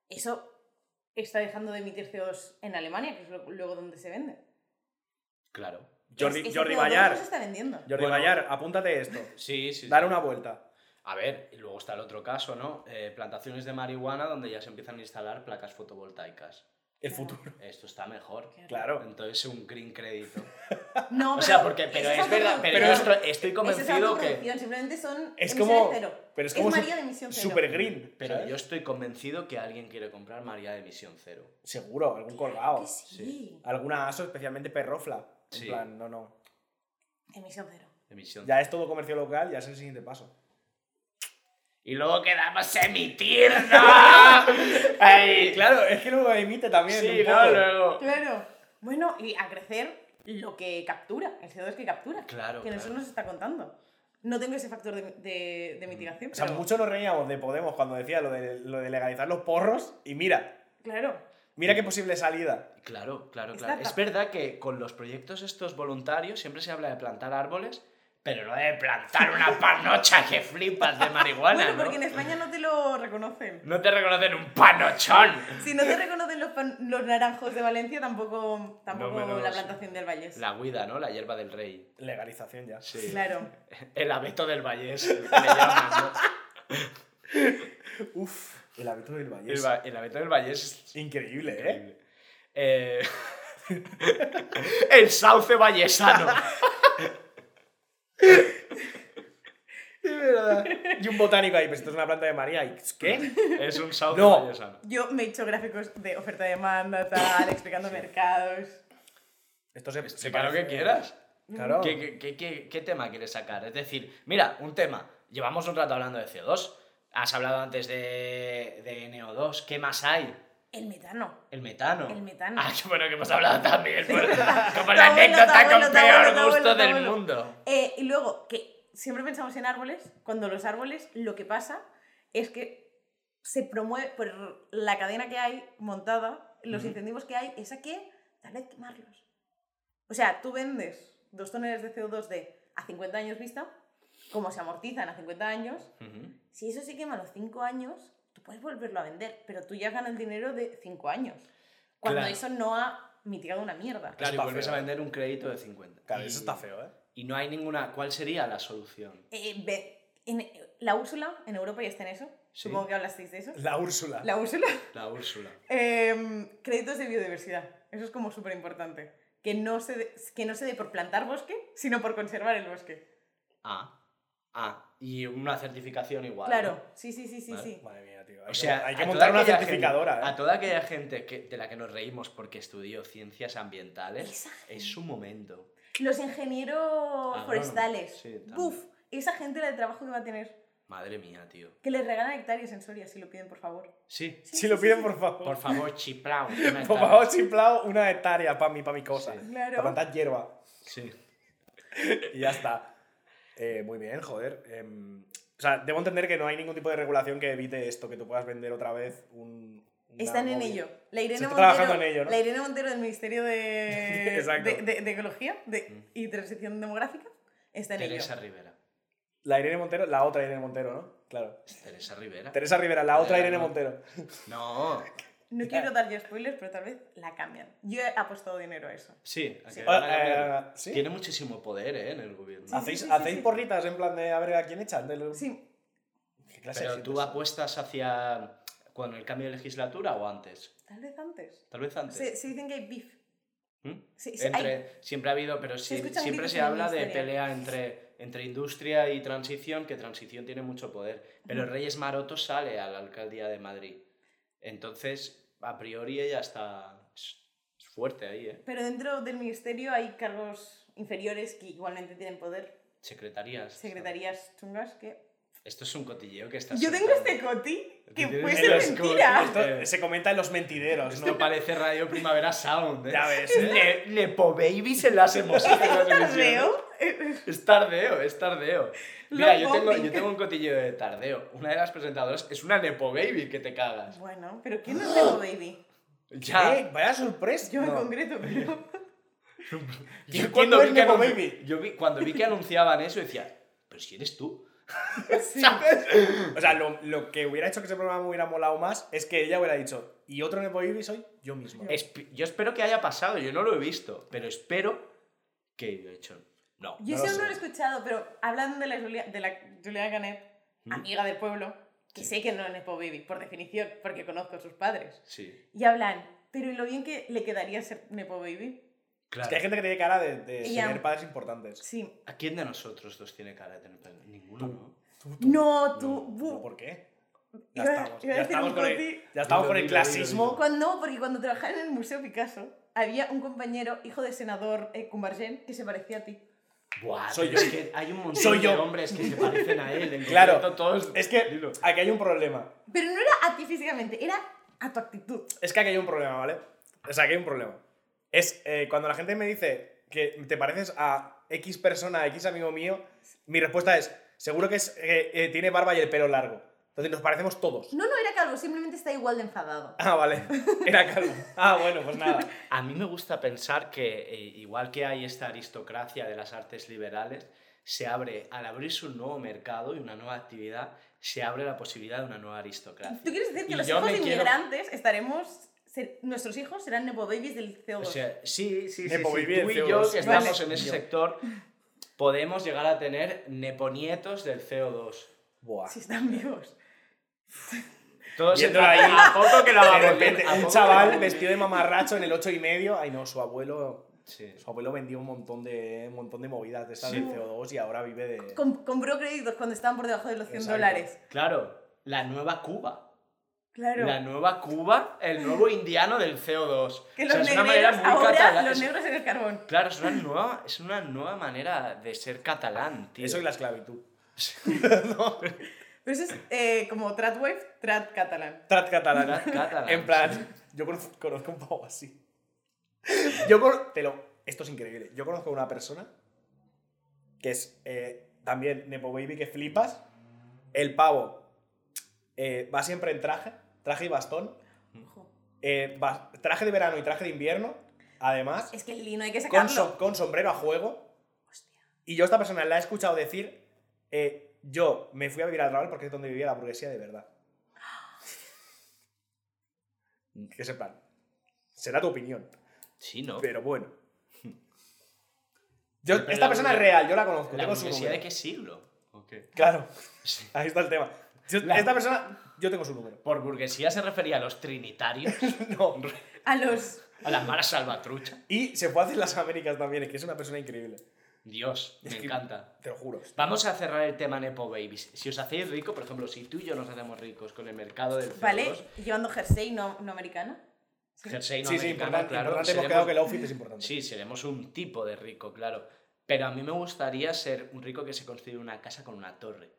eso está dejando de emitir CO2 en Alemania, que es lo- luego donde se vende.
Claro.
Jordi,
Es- ese
Jordi
CO2
Bayar.
no se está vendiendo.
Jordi
Bueno.
Bayar, apúntate esto.
Sí, sí. sí.
Dar una vuelta.
A ver, y luego está el otro caso, ¿no? Eh, plantaciones de marihuana donde ya se empiezan a instalar placas fotovoltaicas.
El
Claro.
futuro.
Esto está mejor.
Claro.
Entonces un green
*laughs*
crédito.
No,
O
pero
sea, porque, pero
esa
es verdad,
autoproducción.
pero yo estoy, estoy
Esa es
convencido que,
autoproducción, Simplemente son
Es
emisiones
como-
cero.
pero es
es
como su-
María de emisión cero.
Super green.
pero
¿sabes?
yo estoy convencido que alguien quiere comprar María de emisión cero.
Seguro, algún
Claro
colgado.
que sí.
Sí.
Alguna ASO, especialmente perrofla. En
Sí.
plan, no, no.
Emisión cero.
Emisión
Ya es todo comercio local, ya es el siguiente paso.
Y luego quedamos emitir,
*laughs*
¿no? Ahí.
Claro, es que luego emite también.
Sí,
un
¿no?
poco.
Luego.
Claro. Bueno, y a crecer lo que captura, el CO2 que captura.
Claro,
Que
claro. Mm.
nosotros nos está contando. No tengo ese factor de, de, de mitigación.
O sea,
pero-
mucho nos reíamos de Podemos cuando decía lo de, lo de legalizar los porros y mira,
Claro.
mira qué posible salida.
Claro, claro,
Está
claro. Es
tap-
verdad que con los proyectos estos voluntarios siempre se habla de plantar árboles, pero no de plantar
*laughs*
una panocha que flipas de marihuana,
bueno, porque en
¿no?
España no te lo reconocen.
No te reconocen un panochón.
Si no te reconocen los, pan- los naranjos de Valencia, tampoco, tampoco
menos-
la plantación del Vallés.
La guida, ¿no? La hierba del rey.
Legalización
*laughs*
ya.
Sí.
Claro.
El abeto del Vallés, el que le llaman,
*laughs*
¿no?
Uf, el hábito del valle.
El, va- el abeto del Vallés es
Increíble, ¿eh?
increíble. Eh, *laughs* el sauce vallesano.
Es verdad. Y un botánico ahí, pues esto es una planta de María. ¿Y
Pues,
qué?
*laughs* Es un sauce
No.
vallesano.
Yo me he hecho gráficos de oferta-demanda, tal, explicando mercados.
Esto se,
Sí, pues, claro que quieras.
Claro.
¿Qué, qué, qué- qué- qué tema quieres sacar? Es decir, mira, un tema. Llevamos un rato hablando de CO2. Has hablado antes de, de NO2. ¿Qué más hay?
El metano.
El metano.
El metano.
Ah, qué bueno que hemos hablado también.
*laughs*
Bueno, como
Está
la
bueno, está
anécdota
bueno,
con peor
está bueno, está
gusto
bueno, está
del
bueno.
mundo.
Eh, y luego, que siempre pensamos en árboles, cuando los árboles lo que pasa es que se promueve por la cadena que hay montada, los
Ujú.
incendios que hay, es a que tal vez quemarlos. O sea, tú vendes dos toneladas de CO2 de a 50 años vista, como se amortizan a 50 años,
Ujú.
si eso se quema a los 5 años, tú puedes volverlo a vender, pero tú ya ganas el dinero de 5 años, cuando
Claro.
eso no ha mitigado una mierda.
Claro, y
está
vuelves
feo,
a
¿eh?
vender un crédito de 50.
Claro,
Y-
eso está feo, ¿eh?
Y no hay ninguna. ¿Cuál sería la solución?
Eh, ve- en- la Úrsula, en Europa ya está en eso.
Sí.
Supongo que hablasteis de eso.
La Úrsula.
La Úrsula. *laughs*
La Úrsula.
Em, créditos de biodiversidad. Eso es como súper importante. Que, no se dé- que no se dé por plantar bosque, sino por conservar el bosque.
Ah. Ah. Y una certificación igual. ¿no?
Claro, sí, sí, sí, sí,
Vale.
sí.
Madre mía, tío. Hay,
O
que-
sea,
hay
a
que
toda
montar una
aquella
certificadora,
gente-
¿eh?
A toda aquella gente que, de la que nos reímos porque estudió ciencias ambientales,
Esa gente.
es su momento.
Los ingenieros
bueno,
forestales.
sí, también.
Buf, esa gente la de trabajo que va a tener.
Madre mía, tío.
Que les regalan hectáreas en Soria, si lo piden, por favor.
Sí.
Si lo piden, por favor.
Por favor,
*laughs*
chiplao.
Por favor, chiflao, una hectárea para mi, pa' mi cosa.
Sí.
Claro.
Para plantar hierba.
Sí.
Y ya está. Eh, muy bien, joder. Em, o sea, debo entender que no hay ningún tipo de regulación que evite esto, que tú puedas vender otra vez un. una
Están en
móvil.
ello. La Irene,
Se está
Montero,
trabajando en ello, ¿no?
la Irene Montero del Ministerio de,
Exacto.
de, de- de Ecología de-
Mm.
y Transición Demográfica está en
Teresa
ello.
Rivera.
La Irene Montero, la otra Irene Montero, ¿no? Claro.
Teresa Rivera.
Teresa Rivera, la
Vale,
otra Irene
no.
Montero.
No.
No quiero dar yo spoilers, pero tal vez la cambian. Yo he apostado dinero a eso.
Sí. a que
Sí.
van a cambiar.
Eh, ¿sí?
Tiene muchísimo poder eh, en el gobierno.
Sí,
¿Hacéis,
sí, sí,
hacéis
sí.
porritas en plan de a ver a quién echan? De los-
Sí,
¿Qué clase de
Pero
gente
tú
es?
apuestas hacia. cuando el cambio de legislatura o antes?
tal vez antes.
Tal vez antes.
Se, se dicen que hay beef.
¿Mm?
Se- se-
entre,
hay-
siempre ha habido, pero sí-
escuchan
siempre
gritos
se
en el
habla de
ministerio.
pelea entre, entre industria y transición, que transición tiene mucho poder. Pero
Ujú.
Reyes Maroto sale a la alcaldía de Madrid. Entonces, a priori ella está es- es fuerte ahí, ¿eh?
pero dentro del Ministerio hay cargos inferiores que igualmente tienen poder.
Secretarías.
Secretarías chungas que...
Esto es un cotilleo que está
Yo tengo este
soltando.
coti que
tienes
puede
el
ser
escote.
mentira.
Esto se comenta en los mentideros,
Esto
¿no?
parece Radio Primavera Sound, ¿eh?
Ya
*laughs*
ves, ¿eh?
Le, Lepo Baby se las hemos
Tardeo.
Es tardeo, es tardeo. Mira,
Love
yo tengo,
bombing.
yo tengo un cotillo de tardeo. Una de las presentadoras es una Nepo Baby que te cagas.
*laughs* Bueno, pero ¿quién es Lego Baby?
Ya.
Eh, vaya sorpresa.
Yo en concreto,
*laughs*
pero...
Yo,
¿Quién
cuando
no
vi
es
que
Nepo
anun-
Baby?
yo vi- cuando vi que anunciaban eso decía, pero si eres tú.
*laughs* Sí.
O sea, lo, lo que hubiera hecho que ese programa me hubiera molado más es que ella hubiera dicho, y otro Nepo Baby soy yo mismo.
Esp- yo espero que haya pasado, yo no lo he visto, pero espero que he hecho. No.
Yo
No
eso
lo
no lo he
sé.
escuchado, pero hablando de la, Julia- de la Juliana Canet,
¿Mm?
amiga del pueblo, que
Sí.
sé que no es Nepo Baby, por definición, porque conozco a sus padres,
Sí.
y hablan, pero ¿y lo bien que le quedaría ser Nepo Baby?
Claro.
Es que hay gente que tiene cara de, de
Ya.
tener padres importantes.
Sí.
¿A quién de nosotros dos tiene cara de tener pene? Ninguno, ¿no?
Tú, tú.
No, tú...
No,
bu-
¿Por qué? Ya
Iba-
estamos,
iba a
ya
decir
estamos
un
con el,
coti.
ya estamos
Dilo,
con el
dilo,
clasismo.
Cuando- no, porque cuando trabajaba en el Museo Picasso, había un compañero, hijo de senador eh, Convergent, que se parecía a ti.
Buah,
Soy
pero
yo.
Es que hay un montón
Soy
de
yo.
hombres que se parecen a él. *laughs* en
Claro.
concreto, todos-
Es que
Dilo.
aquí hay un problema.
Pero no era a ti físicamente, era a tu actitud.
Es que aquí hay un problema, ¿vale? O sea, aquí hay un problema. Es eh, cuando la gente me dice que te pareces a X persona, a X amigo mío, mi respuesta es, seguro que es, eh, eh, tiene barba y el pelo largo. Entonces nos parecemos todos.
No, no era calvo, simplemente está igual de enfadado.
Ah, vale. *laughs* Era calvo. Ah, bueno, pues nada.
A mí me gusta pensar que, eh, igual que hay esta aristocracia de las artes liberales, se abre, al abrirse un nuevo mercado y una nueva actividad, se abre la posibilidad de una nueva aristocracia.
¿Tú quieres decir
Y
que los
yo
hijos
me
de
quiero-
inmigrantes estaremos... ser- nuestros hijos serán nepo babies del CO2?
O sea, sí, sí, sí, sí,
Nepo
Tú
baby del
y yo
CO2.
que estamos
Vale.
en ese
Yo.
sector podemos llegar a tener neponietos del CO2.
Buah.
si están vivos.
Todos
Yendo
en-
ahí,
a poco que la
De
vamos
repente,
bien, ¿a
un
poco que
chaval
la-
vestido de mamarracho en el 8 y medio. Ay, no, su abuelo...
Sí.
Su abuelo vendió un montón de, un montón de movidas de estas
Sí.
del CO2 y ahora vive de...
Com- compró créditos cuando estaban por debajo de los 100
Exacto.
dólares.
Claro, la nueva Cuba.
Claro.
La nueva Cuba, el nuevo indiano del CO2.
Que
O sea,
los
es una manera
negros,
muy
ahora
catalana.
los negros en el carbón.
Claro, es una, nueva, es una nueva manera de ser catalán, tío.
Eso y la esclavitud.
Pero eso es eh, como trat wave, trat catalán.
Trat catalán.
*laughs* Trat catalán,
*laughs* En plan, yo conozco, conozco un pavo así. Yo con- te lo, esto es increíble. Yo conozco una persona que es eh, también Nepo Baby que flipas. El pavo eh, va siempre en traje, traje y bastón.
Ojo.
eh, va- traje de verano y traje de invierno. Además,
Es que el lino
*laughs*
hay que
con,
sacarlo.
som- con sombrero a juego.
Hostia.
Y yo a esta persona la he escuchado decir, eh, yo me fui a vivir al Raval porque es donde vivía la burguesía
*gasps*
de verdad. Que sepan. Será tu opinión,
Sí, ¿no? *laughs*
pero bueno. Yo,
Pero
esta
la
persona es
burguesía-
real, yo la conozco.
¿La
tengo su
burguesía
número.
de qué siglo? ¿O qué?
Claro,
Sí.
ahí está el tema. Yo-
La-
Esta persona, yo tengo su número.
Por burguesía se refería a los trinitarios,
*laughs* No.
A los...
a las malas salvatruchas.
Y se fue a hacer las Américas también, es que es una persona increíble.
Dios, me
Es que-
encanta.
Te lo juro.
Vamos a cerrar el tema Nepo Babies. Si os hacéis rico, por ejemplo, si tú y yo nos hacemos ricos con el mercado del CO2,
¿Vale? Llevando jersey no, no americano.
jersey no
Sí, sí,
americano,
importante.
claro,
importante, hemos
seremos-
quedado que
*laughs*
el outfit es importante.
Sí, seremos un tipo de rico, claro. Pero a mí me gustaría ser un rico que se construye una casa con una torre.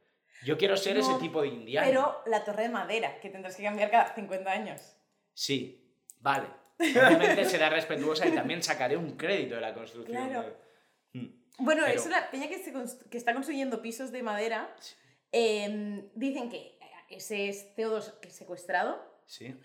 Yo quiero ser
No,
ese tipo de indiano.
Pero la torre de madera, que tendrás que cambiar cada 50 años.
Sí, vale. Obviamente será respetuosa y también sacaré un crédito de la construcción.
Claro.
de- Mm.
Bueno,
Pero-
es una peña que, se cons- que está construyendo pisos de madera. em, dicen que eh, ese es CO2 que es secuestrado.
Sí.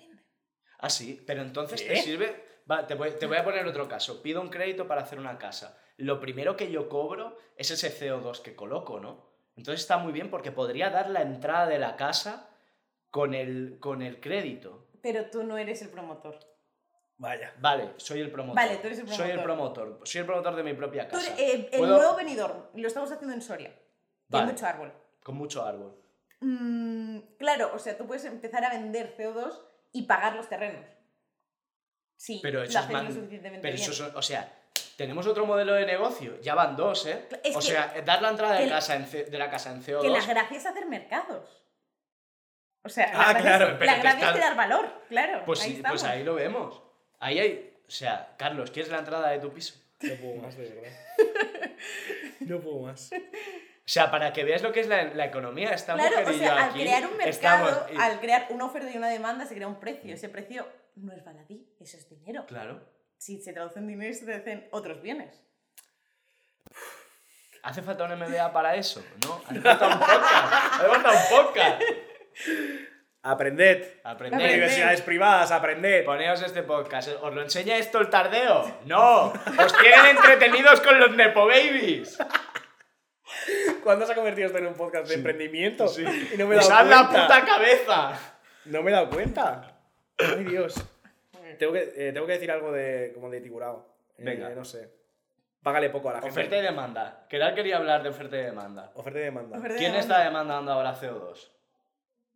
Ah, sí, pero entonces te
¿Qué?
sirve... Va, te, voy, te voy a poner otro caso. Pido un crédito para hacer una casa. Lo primero que yo cobro es ese CO2 que coloco, ¿no? Entonces está muy bien porque podría dar la entrada de la casa con el, con el crédito.
Pero tú no eres el promotor.
Vaya.
Vale, soy el promotor.
Vale, tú eres el
Soy el promotor. Soy el promotor de mi propia
Tú
casa.
eres, eh, el
Puedo-
nuevo venidor, lo estamos haciendo en Soria. que Hay
Vale.
mucho árbol.
Con mucho árbol.
Mm, claro, o sea, tú puedes empezar a vender CO2 y pagar los terrenos. Sí,
Pero
lo
eso es
haces lo
man-
suficientemente
Pero
bien.
eso, son- o sea, tenemos otro modelo de negocio. Ya van dos, ¿eh?
Es
o
que-
sea, dar la entrada de,
que la-
casa en C- de la casa en CO2.
Que la gracia es hacer mercados. O sea, la
Ah,
gracia,
claro,
es,
pero
la
te
gracia es
están-
crear valor, claro.
pues,
ahí
sí,
estamos.
pues ahí lo vemos. Ahí hay. O sea, Carlos, ¿quieres la entrada de tu piso?
No puedo más, de verdad. No puedo más.
O sea, para que veas lo que es la, la economía, esta
Claro,
mujer
o
y yo
sea, al
aquí,
crear un mercado,
estamos- y-
al crear una oferta y una demanda, se crea un precio. Ese precio no es baladí, eso es dinero.
Claro.
Si se traduce en dinero, se traducen otros bienes.
¿Hace falta un MBA para eso? ¿No? Hace falta un podcast. Hace falta un
*laughs*
podcast.
Aprended.
Aprender.
Aprended.
Universidades privadas, aprended.
Poneos este podcast. ¿Os lo enseña esto el tardeo? ¡No! ¡Os tienen entretenidos con los Nepo Babies!
¿Cuándo se ha convertido esto en un podcast de emprendimiento? Y no me he dado
¡Usad Pues la
cuenta.
puta cabeza!
No me he dado cuenta. Ay, Dios. Tengo que, eh, tengo que decir algo de, como de Tiburao. Eh,
Venga.
no sé. Págale poco a la gente.
Oferta y demanda. Keral quería hablar de oferta y demanda.
Oferta y demanda.
Oferta y
¿Quién
demanda.
está demandando ahora CO2?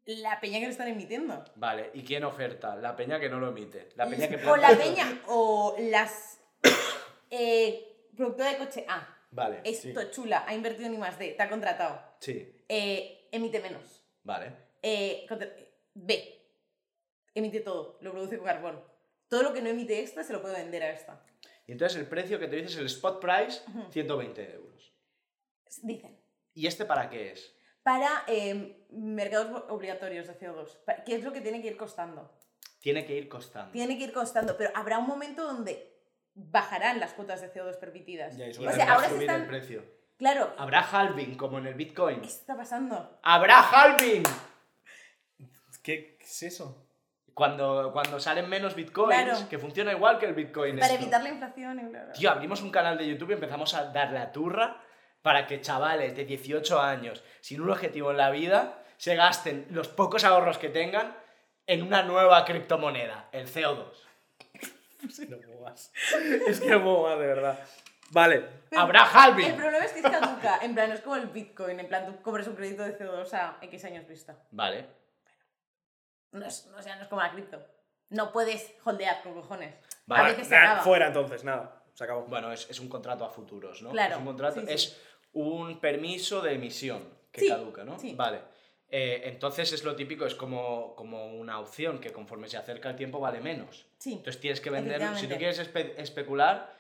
La peña que lo están emitiendo.
Vale, ¿y quién oferta? La peña que no lo emite. La peña que
*laughs* o la
plantea-
peña o las *coughs* eh, productora de coche A.
Vale.
Esto chula, ha invertido en I más D, te ha contratado.
Sí,
Eh, emite menos.
vale.
Eh, contra- B. Emite todo, lo produce con carbón. Todo lo que no emite esta se lo puedo vender a esta.
Y entonces el precio que te dices, el spot price, 120 euros.
Dicen.
¿Y este para qué es?
Para eh, mercados obligatorios de CO2. pa- ¿Qué es lo que tiene que ir costando?
Tiene que ir costando.
Tiene que ir costando, pero habrá un momento donde bajarán las cuotas de CO2 permitidas.
Ya, y eso
Y
o sea,
tendrá que
ahora se
subir el
están...
precio. Ah.
Claro,
¿Habrá halving como en el Bitcoin?
¿qué está pasando?
¡Habrá halving!
¿Qué, qué es eso?
Cuando, cuando salen menos bitcoins,
Claro.
que funciona igual que el bitcoin.
Para
esto.
evitar la inflación y bla, bla.
Tío, abrimos un canal de YouTube y empezamos a dar la turra para que chavales de 18 años, sin un objetivo en la vida, se gasten los pocos ahorros que tengan en una nueva criptomoneda, el CO2.
No puedo más. es que no puedo más, de verdad. Vale.
Pero
¡Habrá
El
halving!
problema es que es caduca. En plan, no es como el Bitcoin. En plan, tú cobras un crédito de CO2 a X años vista.
Vale.
No es, no, o sea, no es como la cripto. No puedes holdear con cojones.
Vale,
a veces se
Nah,
acaba.
Ah, fuera entonces, nada. Se acabó.
Bueno, es, es un contrato a futuros, ¿no?
Claro,
Es un, contrato,
sí, sí.
es un permiso de emisión que
Sí,
caduca, ¿no?
sí.
Vale. Eh, entonces es lo típico, es como, como una opción que conforme se acerca el tiempo vale menos.
Sí.
Entonces tienes que vender, si tú
Efectivamente.
quieres espe- especular,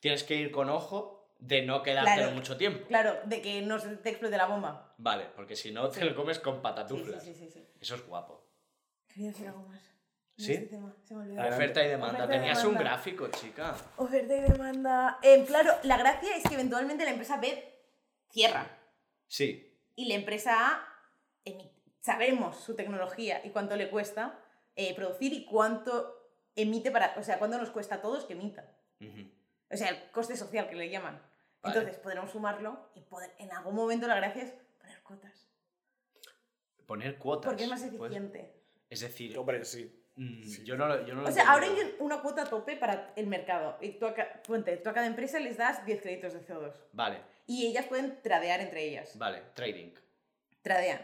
tienes que ir con ojo de no quedarte
Claro.
mucho tiempo.
Claro, de que no se te explote la bomba.
Vale, porque si no te
Sí.
lo comes con
Sí, sí,
patatuflas.
sí, sí, sí.
Eso es guapo.
Quería decir algo más. No
¿Sí?
sé, se me- se me olvidó.
Adelante.
Oferta y demanda.
Oferta y
Tenías un
demanda.
gráfico, chica.
Oferta y demanda. Eh, claro, la gracia es que eventualmente la empresa B cierra.
Sí.
Y la empresa A, emi- sabemos su tecnología y cuánto le cuesta eh, producir y cuánto emite para. O sea, cuánto nos cuesta a todos que emita.
Ujú.
O sea, el coste social que le llaman.
Vale.
Entonces podremos sumarlo y poder, en algún momento la gracia es poner cuotas.
Poner cuotas.
Porque es más
pues.
eficiente.
Es decir,
Hombre, sí.
mm,
Sí.
yo no lo yo no lo
O sea, ahora
entiendo.
hay una cuota tope para el mercado. Y tú a, ca- ponte, tú a cada empresa les das 10 créditos de CO2.
Vale,
Y ellas pueden tradear entre ellas.
vale, trading.
Tradean.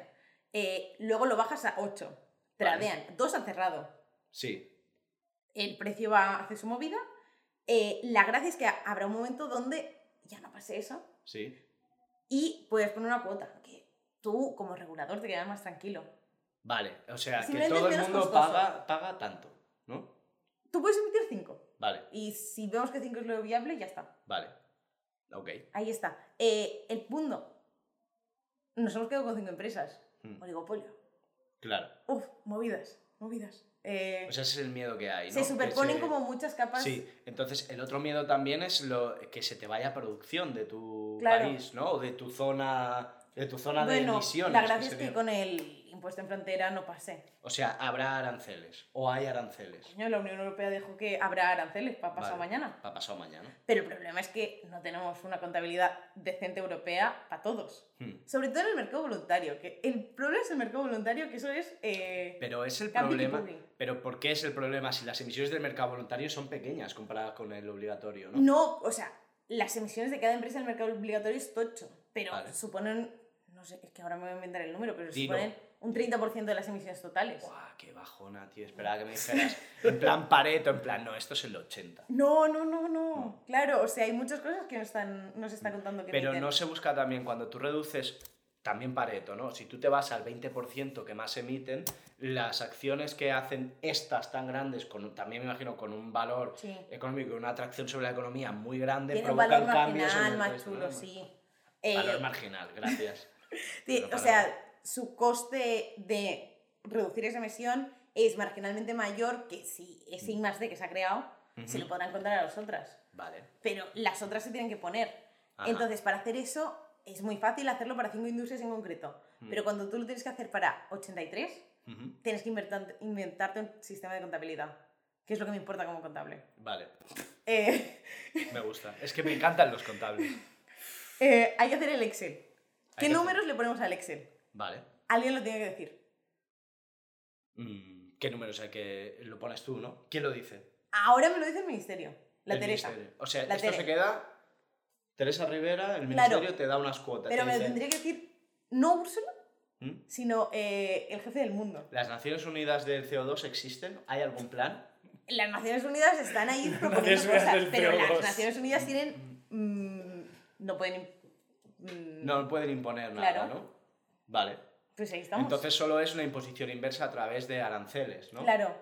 Eh, luego lo bajas a 8. Tradean. Dos han cerrado.
Sí.
el precio va hace su movida. Eh, la gracia es que ha- habrá un momento donde ya no pase eso
Sí.
y puedes poner una cuota que tú como regulador te quedas más tranquilo.
Vale, o sea, que
Simplemente
todo el
es menos
mundo
costoso.
paga, paga tanto, ¿no?
Tú puedes emitir 5
Vale,
y si vemos que 5 es lo viable, ya está.
vale. Ok.
Ahí está. Eh, el punto. Nos hemos quedado con 5 empresas.
Mm,
Oligopolio.
Claro.
Uf, movidas, movidas. Eh,
O sea, ese es el miedo que hay, ¿no?
se
Que
superponen
se-
como muchas capas.
Sí, entonces el otro miedo también es lo que se te vaya producción de tu
Claro.
país, ¿no? O de tu zona de tu zona de
Bueno,
emisiones.
la
que
gracia es
se
que
dio.
con el impuesto en frontera no pasé.
O sea, habrá aranceles o hay aranceles.
Coño, la Unión Europea dijo que habrá aranceles para pasado
Vale.
mañana.
Ha pasado mañana.
Pero el problema es que no tenemos una contabilidad decente europea para todos.
Hmm.
Sobre todo en el mercado voluntario. Que el problema es el mercado voluntario, que eso es... eh,
Pero es el
Cambio y
problema.
publi.
Pero ¿por qué es el problema si las emisiones del mercado voluntario son pequeñas comparadas con el obligatorio, no?
no, o sea, las emisiones de cada empresa del mercado obligatorio es tocho. Pero
Vale.
suponen, no sé, es que ahora me voy a inventar el número, pero
Dilo.
suponen un 30% de las emisiones totales.
Buah, qué bajona, tío. Esperaba que me dijeras. En plan Pareto, en plan, no, esto es el 80.
No, no, no, no. Claro, o sea, hay muchas cosas que nos están, nos está contando que
Pero
meten.
no se busca también cuando tú reduces, también Pareto, ¿no? Si tú te vas al 20% que más emiten, las acciones que hacen estas tan grandes, con, también me imagino con un valor
Sí.
económico y una atracción sobre la economía muy grande,
Tiene un
provocan
valor
cambios. en
marginal
el
más
resto,
chulo,
¿no?
sí. Eh,
Valor marginal, gracias.
Sí,
Pero
o
para-
sea, su coste de reducir esa emisión es marginalmente mayor que si ese I más D que se ha creado, se lo
Mm. Ujú.
podrán contar a las otras.
Vale.
Pero las otras se tienen que poner.
Ajá.
Entonces, para hacer eso, es muy fácil hacerlo para cinco industrias en concreto.
Mm.
Pero cuando tú lo tienes que hacer para 83,
Ujú.
tienes que inventar- inventarte un sistema de contabilidad, que es lo que me importa como contable.
Vale,
Eh, *laughs*
me gusta. Es que me encantan los contables.
eh, hay que hacer el Excel.
que
¿Qué
hacer-
números le ponemos al Excel?
Vale.
Alguien lo tiene que decir.
Mm, ¿Qué números hay que lo pones tú, no? ¿Quién lo dice?
Ahora me lo dice el ministerio, la
El
Teresa.
ministerio. O sea,
La
esto
Tere.
se queda. Teresa Rivera, el
Claro.
ministerio te da unas cuotas.
Pero
te
me lo
dice,
tendría que decir no Úrsula,
"¿Mm?
sino eh, el jefe del mundo.
¿Las Naciones Unidas del CO2 existen? ¿Hay algún plan?
Las Naciones Unidas están
*laughs*
ahí proponiendo
Naciones Unidas
cosas,
del
pero
CO2.
las Naciones Unidas tienen... mm, no pueden... mm,
No pueden imponer nada,
Claro.
¿no? Vale.
Pues ahí estamos.
Entonces solo es una imposición inversa a través de aranceles, ¿no?
Claro,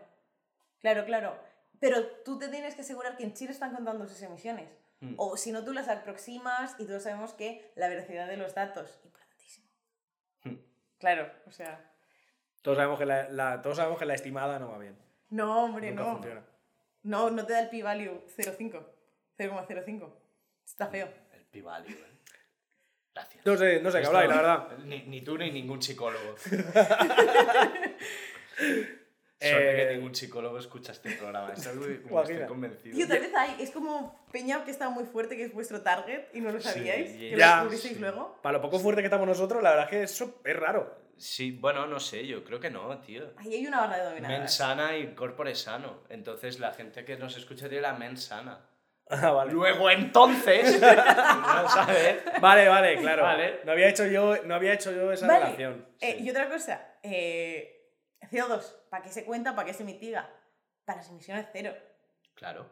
claro, claro. Pero tú te tienes que asegurar que en Chile están contando sus emisiones.
Hmm.
O si no, tú las aproximas y todos sabemos que la veracidad de los datos, importantísimo.
Hmm.
Claro, o sea.
Todos sabemos que la, la- todos sabemos que la estimada no va bien.
No, hombre,
Nunca
no.
funciona.
No, no te da el p-value 0,5. 0,05. Está feo.
El P-Value, ¿eh? Gracias.
No sé, no sé qué habláis, la
Esto-
verdad.
Ni, ni tú ni ningún
*laughs*
psicólogo. Suerte
Eh,
que ningún psicólogo escucha este programa. Estoy, muy- como
Guajira.
estoy convencido.
Tío, tal vez hay, es como Peña que está muy fuerte, que es vuestro target y no lo
Sí,
sabíais, que
ya,
lo descubristeis
sí.
luego.
Para lo poco fuerte que estamos nosotros, la verdad es que eso es raro.
Sí, bueno, no sé, yo creo que no, tío.
Ahí hay una barra de
Men
dominadas.
sana y corpore sano. Entonces la gente que nos escucha tiene la men sana.
Ah, vale.
Luego
*laughs*
entonces, no sabes.
Vale, vale, claro.
Vale.
No había hecho yo, no había hecho yo esa
Vale.
relación.
Eh,
sí.
Y otra cosa, eh, CO2, ¿para qué se cuenta? ¿Para qué se mitiga? Para las emisiones cero.
Claro.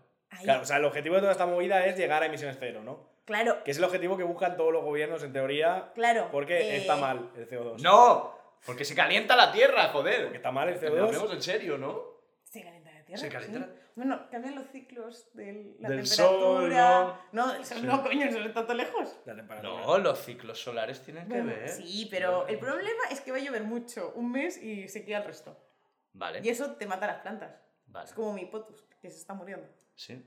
Claro,
Ahí, claro.
o sea, el objetivo de toda esta movida es llegar a emisiones cero, ¿no?
claro.
Que es el objetivo que buscan todos los gobiernos, en teoría, porque
eh,
está mal el CO2.
No, porque se calienta la tierra, joder.
Porque está mal el
Te lo
CO2
vemos en serio, ¿no?
Se calienta la Tierra.
Se calienta
sí.
la-
Bueno, cambian los ciclos de la
Del sol,
temperatura. no, el sol no, coño, el sol está todo lejos.
la temperatura.
No, los ciclos solares tienen que ¿eh?
Bueno,
ver.
sí, pero el problema es que va a llover mucho, un mes y se queda el resto.
Vale,
Y eso te mata las plantas.
vale.
Es como mi potus, que se está muriendo.
Sí.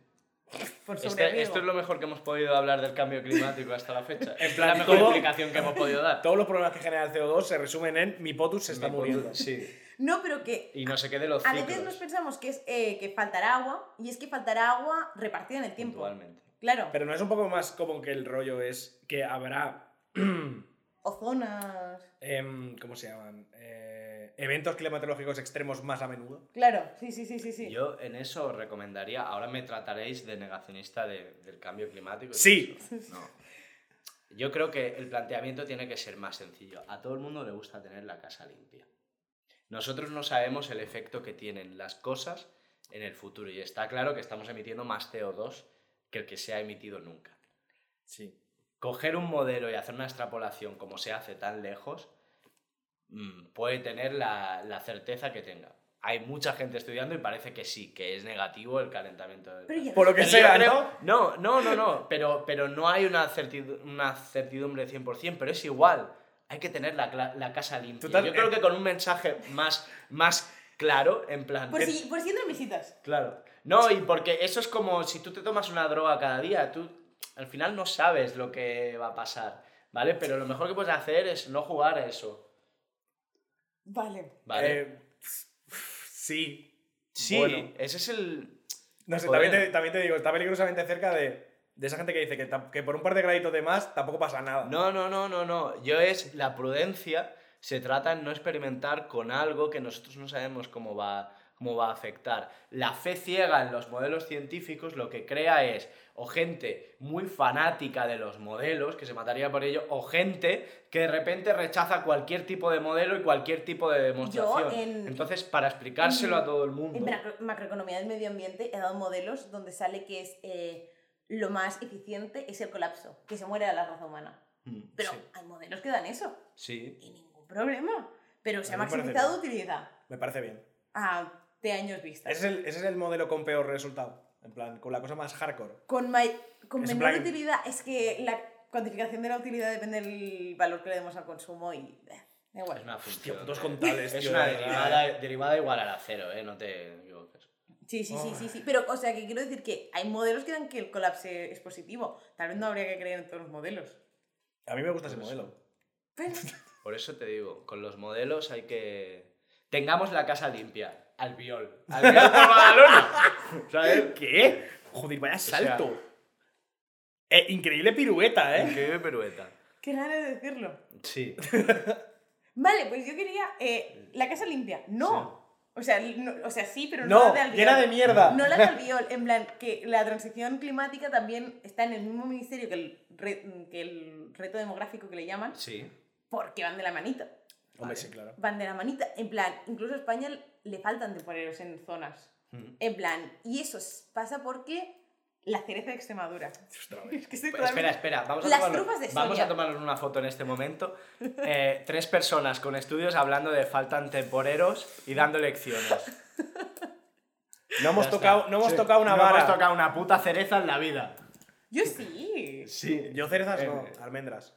Por
Este-
sobreriego.
esto es lo mejor que hemos podido hablar del cambio climático hasta la fecha. Es la
plan,
mejor
todo-
explicación que hemos podido dar.
Todos los problemas que genera el CO2 se resumen en mi potus se está
Mi
muriendo.
potu- Sí.
No, pero que
Y no se quede los
a
ciclos.
veces nos pensamos que, es, eh, que faltará agua y es que faltará agua repartida en el tiempo.
puntualmente.
Claro,
Pero no es un poco más como que el rollo es que habrá. *clears throat*
ozonas.
em, ¿Cómo se llaman? Eh, eventos climatológicos extremos más a menudo.
Claro, sí, sí, sí, sí. sí.
Yo en eso os recomendaría, ahora me trataréis de negacionista de- del cambio climático. y
Sí.
todo eso. No. Yo creo que el planteamiento tiene que ser más sencillo. A todo el mundo le gusta tener la casa limpia. Nosotros no sabemos el efecto que tienen las cosas en el futuro y está claro que estamos emitiendo más CO2 que el que se ha emitido nunca.
Sí.
Coger un modelo y hacer una extrapolación como se hace tan lejos mm, puede tener la, la certeza que tenga. Hay mucha gente estudiando y parece que sí, que es negativo el calentamiento del
Pero ya-
Por lo que
pero
sea,
yo creo-
¿no?
No, no, no, no. Pero, pero no hay una, certidu- una certidumbre 100%, pero es igual. Hay que tener la, cla- la casa limpia.
Total,
Yo creo
eh.
que con un mensaje más, más claro, en plan...
Por
que-
si, por si entran visitas.
Claro. No, y porque eso es como si tú te tomas una droga cada día, tú al final no sabes lo que va a pasar, ¿vale? Pero lo mejor que puedes hacer es no jugar a eso,
Vale.
¿vale?
Eh, sí.
sí,
bueno.
ese es el...
No sé,
Joder.
también te, también te digo, está peligrosamente cerca de, de esa gente que dice que, tam- que por un par de graditos de más tampoco pasa nada.
No, no, no, no, no. Yo es la prudencia. Se trata en no experimentar con algo que nosotros no sabemos cómo va, cómo va a afectar. La fe ciega en los modelos científicos lo que crea es o gente muy fanática de los modelos, que se mataría por ello, o gente que de repente rechaza cualquier tipo de modelo y cualquier tipo de demostración.
en-
Entonces, para explicárselo a todo el
En
mundo...
macro- macroeconomía del medio ambiente he dado modelos donde sale que es eh, lo más eficiente es el colapso, que se muere la raza humana.
Mm,
Pero
sí,
hay modelos que dan eso.
Sí,
Y ningún problema. Pero se
A
ha
mí me parece
maximizado
bien.
utilidad
Me parece bien.
a de años vista.
Ese es, el, ese es el modelo con peor resultado. En plan, con la cosa más hardcore.
Con, may- con
Es en
menor
plan-
utilidad, es que la cuantificación de la utilidad depende del valor que le demos al consumo y. eh, Da
es
igual.
una
Tío,
función.
putos contables,
Es
tío,
una
de verdad.
derivada, derivada igual al acero, ¿eh? No te equivoques.
Sí, sí, sí,
Oh.
sí, sí. Pero, o sea, que quiero decir que hay modelos que dan que el colapso es positivo. Tal vez no habría que creer en todos los modelos.
A mí me gusta ese modelo.
Pero,
Por eso te digo, con los modelos hay que. Tengamos la casa limpia. Albiol. Albiol por Badalona.
*laughs*
¿Sabes?
¿Qué? Joder, vaya salto. Eh, increíble pirueta, ¿eh?
Increíble perueta.
qué ganas de decirlo.
Sí.
Vale, pues yo quería. eh, la casa limpia. No. O, sea, no- o sea, sí, pero no,
No,
la de alquiler.
llena de mierda.
No la del viol, en plan, que la transición climática también está en el mismo ministerio que el, re- que el reto demográfico que le llaman,
Sí.
porque van de la manita.
Vale.
Hombre, sí, claro.
Van de la manita. En plan, incluso a España le faltan temporeros en zonas.
Mm.
En plan, y eso s- pasa porque la cereza de Extremadura. *laughs*
Ostras, a ver.
Es que estoy
Espera,
totalmente-
espera. Vamos a,
Las
tomarnos,
trufas de
vamos a
Soria.
tomarnos una foto en este momento. Eh, tres personas con estudios hablando de faltan temporeros y dando lecciones.
No hemos,
Ya
tocado,
está.
no hemos
Sí.
tocado una
No
vara.
hemos tocado una puta cereza en la vida.
Yo sí.
Sí.
Yo cerezas
Eh,
no, almendras.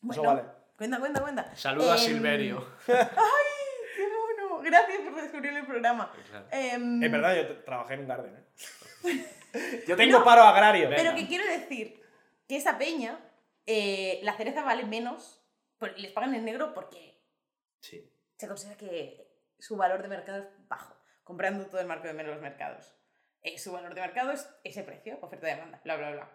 Bueno,
vale.
cuenta, cuenta, cuenta.
Saludo a
Em, *laughs*
Silverio.
¡Qué bueno! Gracias por descubrir el programa.
Claro.
Em,
eh,
Es verdad, yo t- trabajé en un garden.
*laughs*
¿eh? yo tengo paro agrario.
Pero
Venga.
que quiero decir que esa peña, eh, la cereza vale menos, por- les pagan en negro porque
Sí.
se considera que su valor de mercado es bajo, comprando todo el marco de menos los mercados. Eh, su valor de mercado es ese precio, oferta y demanda, bla, bla, bla.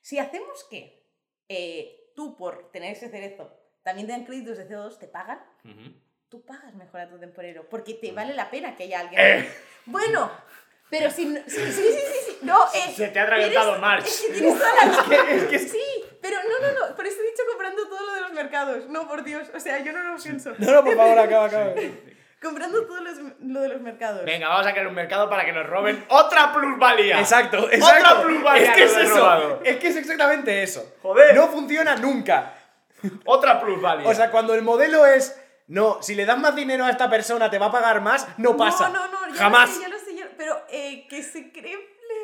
Si hacemos que eh, tú por tener ese cerezo también te dan créditos de CO2, te pagan,
Ujú.
tú pagas mejor a tu temporero, porque
Mm.
te vale la pena que haya alguien.
Eh.
ahí. Bueno, pero si... no- Sí, sí, sí, sí, sí, no, eh,
Se te ha atragantado
eres-
March.
Es que tienes toda
*laughs*
la Sí, pero no, no, no, pero estoy dicho comprando todo lo de los mercados, no, por Dios, o sea, yo no lo pienso.
No, no, por favor, acaba, acaba.
Comprando todo los- lo de los mercados.
Venga, vamos a crear un mercado para que nos roben otra plusvalía.
Exacto,
Otra
exacto.
plusvalía.
es que es
nos han
eso.
robado.
Es que es exactamente eso.
Joder.
No funciona nunca.
Otra plusvalía.
O sea, cuando el modelo es, no, si le das más dinero a esta persona te va a pagar más, no pasa.
No, no, no, ya
Jamás.
lo sé, ya lo sé, ya lo- pero eh, que se cree...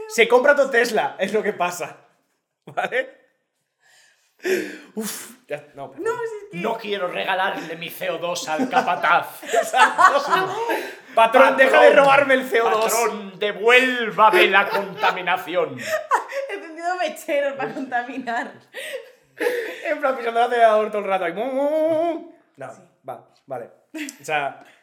Se compra tu Tesla, es lo que pasa. *laughs* ¿Vale? Uf, ya, no.
No, si es que...
no quiero regalarle mi CO2 al capataz.
*laughs* Patrón, deja de
Patrón,
robarme el CO2.
Patrón, devuélvame la contaminación.
He encendido mecheros
*laughs*
para contaminar.
En plan, pisando el acelerador todo el rato. ahí. mu, mu, mu, mu. No, va, vale. O sea. *laughs*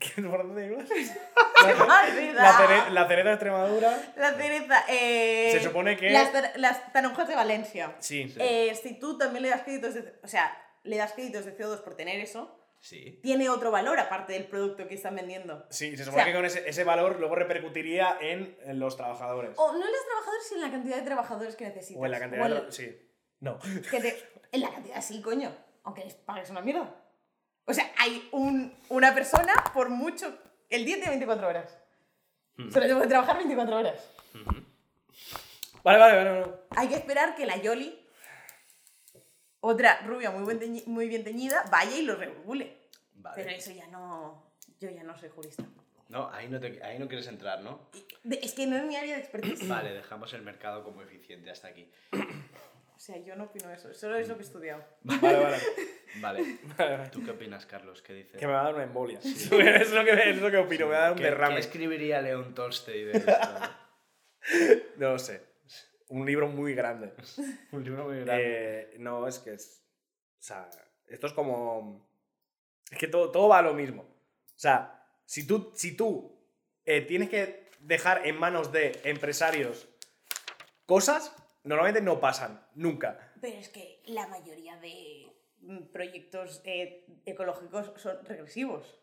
¿qué- ¿Por dónde
*laughs*
ibas? La,
Ay,
la,
verdad.
cere- la cereza de Extremadura.
La cereza, eh...
Se supone que-
Las, tar- las taronjas de Valencia.
Sí.
Eh, si tú también le das créditos de... O sea, le das créditos de CO2 por tener eso,
Sí.
tiene otro valor aparte del producto que están vendiendo.
Sí, se supone
o sea-
que con ese, ese valor luego repercutiría en, en los trabajadores.
O no en los trabajadores, sino en la cantidad de trabajadores que necesitas.
O en la cantidad de.
en-
tra- Sí. No.
que te- En la cantidad sí, coño. Aunque les pagues una mierda. O sea, hay un, una persona por mucho. El día tiene 24 horas.
Mm.
Solo tengo que trabajar 24 horas.
Vale, vale, vale. vale.
Hay que esperar que la Yoli, otra rubia muy, buen teñi- muy bien teñida, vaya y lo regule. Pero
Vale.
eso ya no. Yo ya no soy jurista.
No, ahí no, te- ahí no quieres entrar, ¿no?
Y- de- Es que no es mi área de expertise.
*clears throat* Vale, dejamos el mercado como eficiente hasta aquí.
O sea, yo no opino eso. Solo es lo que he estudiado.
Vale, vale.
Vale.
Vale, vale.
¿Tú qué opinas, Carlos? ¿Qué dices?
Que me va a dar una embolia. *laughs* es, lo que, es lo que opino, me va a dar un
¿Qué-
derrame.
¿Qué escribiría León Tolstoy de
*laughs*
esto?
No lo sé. Un libro muy grande.
Un libro muy grande.
Eh, no, es que es. O sea, esto es como. Es que todo, todo va a lo mismo. O sea, si tú, si tú eh, tienes que dejar en manos de empresarios cosas, normalmente no pasan, nunca.
Pero es que la mayoría de mm, proyectos eh, ecológicos son regresivos.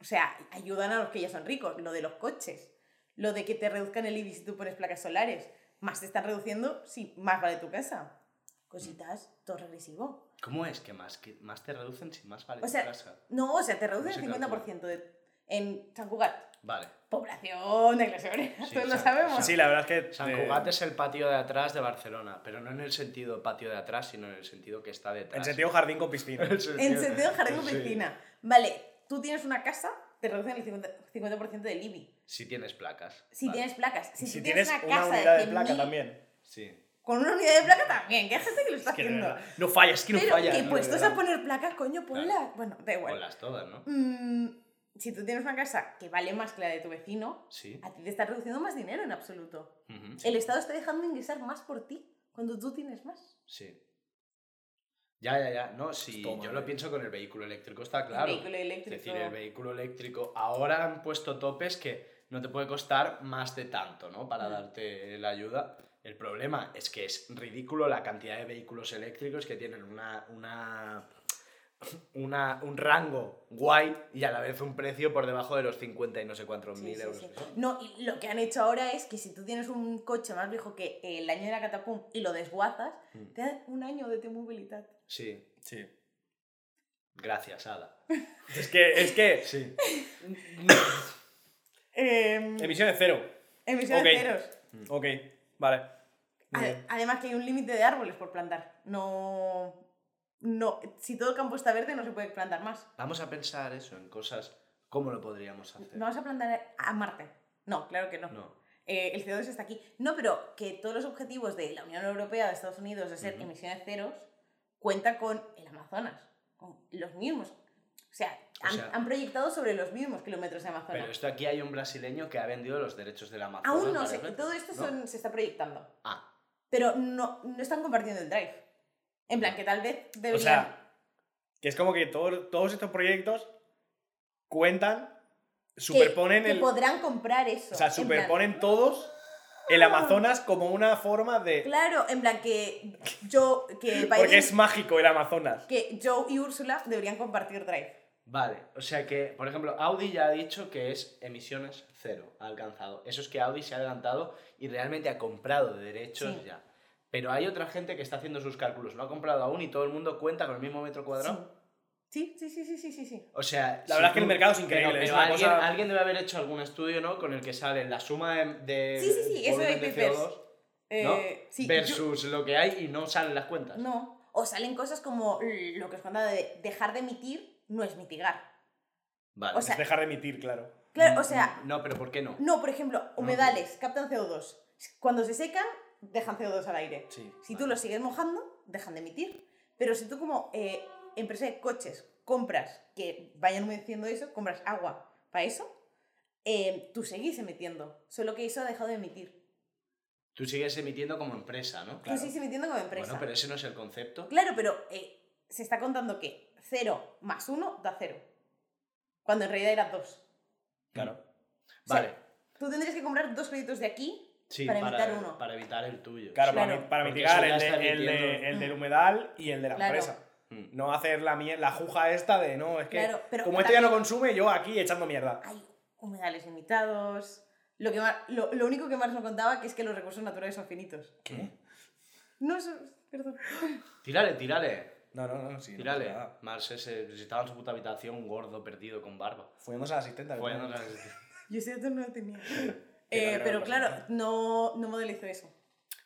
O sea, ayudan a los que ya son ricos. Lo de los coches, lo de que te reduzcan el IBI si tú pones placas solares. Más te están reduciendo si más vale tu casa. Cositas, todo regresivo.
¿Cómo es que más, que más te reducen si más vale
O
tu
sea,
casa?
no, o sea, te reducen
No sé
el 50% de- en San Cugat.
Vale.
Población de clase obrera,
Sí,
todos lo
San-
sabemos.
Sí, la verdad es que.
San
eh,
Cugat es el patio de atrás de Barcelona, pero no en el sentido patio de atrás, sino en el sentido que está detrás.
En sentido jardín con
*laughs*
piscina.
El sentido-
En sentido jardín o
Sí.
piscina. Vale, tú tienes una casa, te reducen el 50%, 50 del IBI.
Si tienes placas.
Si
Vale.
tienes placas. Si,
si
tú
tienes
una,
una
casa
unidad de
100.000,
placa también.
Sí.
Con una unidad de placa también, que hay gente que lo está
Es que de
haciendo.
verdad, no fallas, es que no
Pero
fallas.
que
no, de
puestos
verdad.
a poner placa, coño, ponla.
Claro.
Bueno, da igual.
O las todas, ¿no?
Mm, si tú tienes una casa que vale más que la de tu vecino,
Sí.
a ti te está reduciendo más dinero en absoluto.
Ujú.
El Estado está dejando ingresar más por ti cuando tú tienes más.
Sí. Ya, ya, ya. No, si
Toma,
yo lo
eh.
pienso con el vehículo eléctrico, está claro.
El vehículo
Es
eléctrico.
decir, el vehículo eléctrico. Ahora han puesto topes que no te puede costar más de tanto, ¿no? Para
Mm.
darte la ayuda. El problema es que es ridículo la cantidad de vehículos eléctricos que tienen una, una, una- un rango guay y a la vez un precio por debajo de los 50 y no sé cuántos
Sí,
mil
sí,
euros.
sí. No, y lo que han hecho ahora es que si tú tienes un coche más viejo que el año de la catapum y lo desguazas,
Mm.
te dan un año de tu movilidad.
Sí,
Sí.
gracias, Ada.
Es que. Es que
*laughs*
Sí.
Em,
emisiones cero.
Emisión
Ok.
de ceros.
Ok, vale. Muy
Ade-
bien.
Además que hay un límite de árboles por plantar. No, no, si todo el campo está verde no se puede plantar más.
Vamos a pensar eso en cosas. ¿Cómo lo podríamos hacer?
¿No vas a plantar a Marte? No, claro que no.
No.
eh, el CO2 está aquí. No, pero que todos los objetivos de la Unión Europea, de Estados Unidos, de ser
Ujú.
emisiones ceros, cuenta con el Amazonas. con Los mismos. O sea,
O
han,
sea-
han proyectado sobre los mismos kilómetros de Amazonas.
Pero esto aquí hay un brasileño que ha vendido los derechos del Amazonas.
Aún no
varias
sé,
veces.
todo esto
No.
son- se está proyectando.
Ah,
Pero no, no están compartiendo el drive. En plan, que tal vez deberían...
O sea, que es como que todo- todos estos proyectos cuentan,
que-
superponen
que
el.
podrán comprar eso.
O sea,
en plan-
superponen todos el Amazonas como una forma de.
Claro, en plan que yo, que Biden-
Porque es mágico el Amazonas.
que Joe y Úrsula deberían compartir drive.
vale. O sea que, por ejemplo, Audi ya ha dicho que es emisiones cero, ha alcanzado. Eso es que Audi se ha adelantado y realmente ha comprado derechos
Sí.
ya. Pero hay otra gente que está haciendo sus cálculos, no ha comprado aún y todo el mundo cuenta con el mismo metro cuadrado.
Sí, sí, sí, sí, sí, sí, sí.
O sea,
La verdad es
tú-
que el mercado es increíble,
Pero,
es
pero
una
alguien,
cosa-
alguien debe haber hecho algún estudio, ¿no? Con el que sale la suma de. de
Sí, sí, sí, eso
volumen
hay
de
papers.
CO2, ¿no?
Eh, sí, yo-
Versus lo que hay y no salen las cuentas.
no. O salen cosas como lo que os contaba de dejar de emitir no es mitigar.
Vale.
o sea,
Es dejar de emitir, claro.
Claro, o sea,
No, pero ¿por qué no?
no, por ejemplo, humedales captan CO2. Cuando se secan, dejan CO2 al aire.
Sí.
Si tú
Vale.
los sigues mojando, dejan de emitir. Pero si tú como eh, empresa de coches compras, que vayan diciendo eso, compras agua para eso, eh, tú seguís emitiendo. Solo que eso ha dejado de emitir.
Tú sigues emitiendo como empresa, ¿no?
Tú sigues emitiendo como empresa.
Bueno, pero ese no es el concepto.
Claro, pero eh, se está contando que 0 más 1 da 0. Cuando en realidad era 2.
Claro. Vale.
Tú tendrías que comprar dos créditos de aquí.
Sí,
para
para,
evitar uno.
para evitar el tuyo.
Claro,
Claro.
para, mi- para
Mm, Porque
mitigar
eso ya
el, de-
está
el de-
emitiendo.
el del humedal y el de la
Claro.
empresa.
Mm.
No hacer la, mier- la juja esta de no, es que
Claro, pero
como este ya no
también-
consume, yo aquí echando mierda.
Hay humedales limitados. Lo, que Mar- lo, lo único que Marx no contaba que es que los recursos naturales son finitos.
¿Qué?
No, eso,
*laughs*
perdón.
Tírale, tírale.
No, no, no, sí. no pasa
Tírale.
nada.
Mars ese, si estaba en su puta habitación, gordo, perdido, con barba.
Fuimos a la asistente.
Fue-
¿verdad? *laughs*
Yo ese dato no lo tenía.
Que
Eh,
no,
pero
no,
claro,
no.
no, no modelizó eso.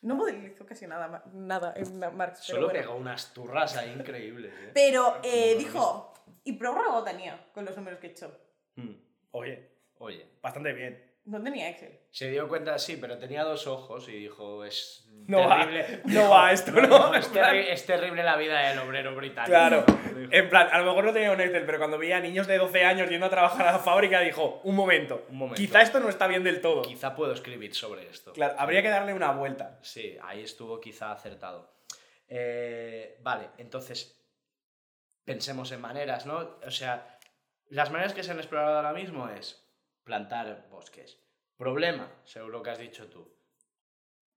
No modelizó casi nada, ma- nada en la- Marx. pero
Solo
bueno.
pegó unas turras ahí increíbles, ¿eh?
Pero
No
eh,
lo
dijo, y prórrogo tenía con los números que he hecho.
Mm.
Oye,
Oye.
bastante bien.
No tenía Excel.
Se dio cuenta, sí, pero tenía dos ojos y dijo, es
No va,
terrible.
no
Dijo,
va esto,
*laughs*
¿no?
Es, terri- es terrible la vida del obrero británico.
Claro.
Dijo,
En plan, a lo mejor no tenía un Excel, pero cuando veía a niños de 12 años yendo a trabajar a la fábrica, dijo, un momento,
Un momento.
quizá esto no está bien del todo.
Quizá puedo escribir sobre esto.
Claro, habría que darle una vuelta.
Sí, ahí estuvo quizá acertado. Eh, vale, entonces pensemos en maneras, ¿no? O sea, las maneras que se han explorado ahora mismo es plantar bosques. Problema, seguro que has dicho tú.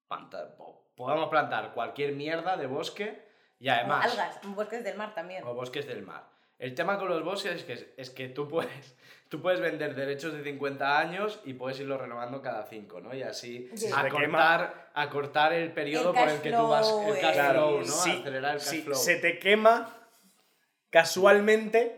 Planta- po- podemos plantar cualquier mierda de bosque y además... Oh,
Algas, bosques del mar también.
O bosques del mar. El tema con los bosques es que, es que tú, puedes, *laughs* tú puedes vender derechos de 50 años y puedes irlo renovando cada 5, ¿no? Y así
Sí.
acortar, acortar el periodo
El
por
cash
el que tú vas.
flow,
El cash
eh.
flow, ¿no?
si-
Acelerar el cash
si
flow.
se te quema casualmente,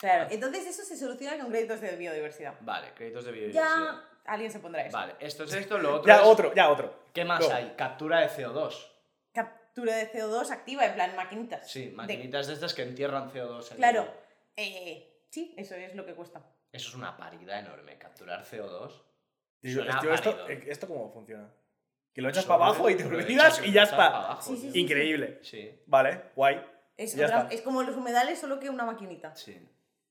Claro, entonces eso se soluciona con créditos de biodiversidad.
Vale, créditos de biodiversidad.
Ya alguien se pondrá eso.
Vale, esto es esto, lo otro.
ya
es-
otro, ya otro.
¿Qué más
Luego.
hay? Captura de CO2.
Captura de CO2 activa, en plan maquinitas.
Sí,
De-
maquinitas de, estas que entierran CO2. En
Claro.
el-
eh, sí, eso es lo que cuesta.
Eso es una parida enorme, capturar CO2.
Digo,
Suena
tío, esto,
válido.
esto cómo funciona? Que lo echas
Sobre-
para abajo y te
lo echas
olvidas y ya
echas para
está.
abajo,
Sí, sí,
tío.
sí.
Increíble.
sí.
Vale, guay.
Es,
Ya
otra-
está.
es como los humedales, solo que una maquinita.
Sí.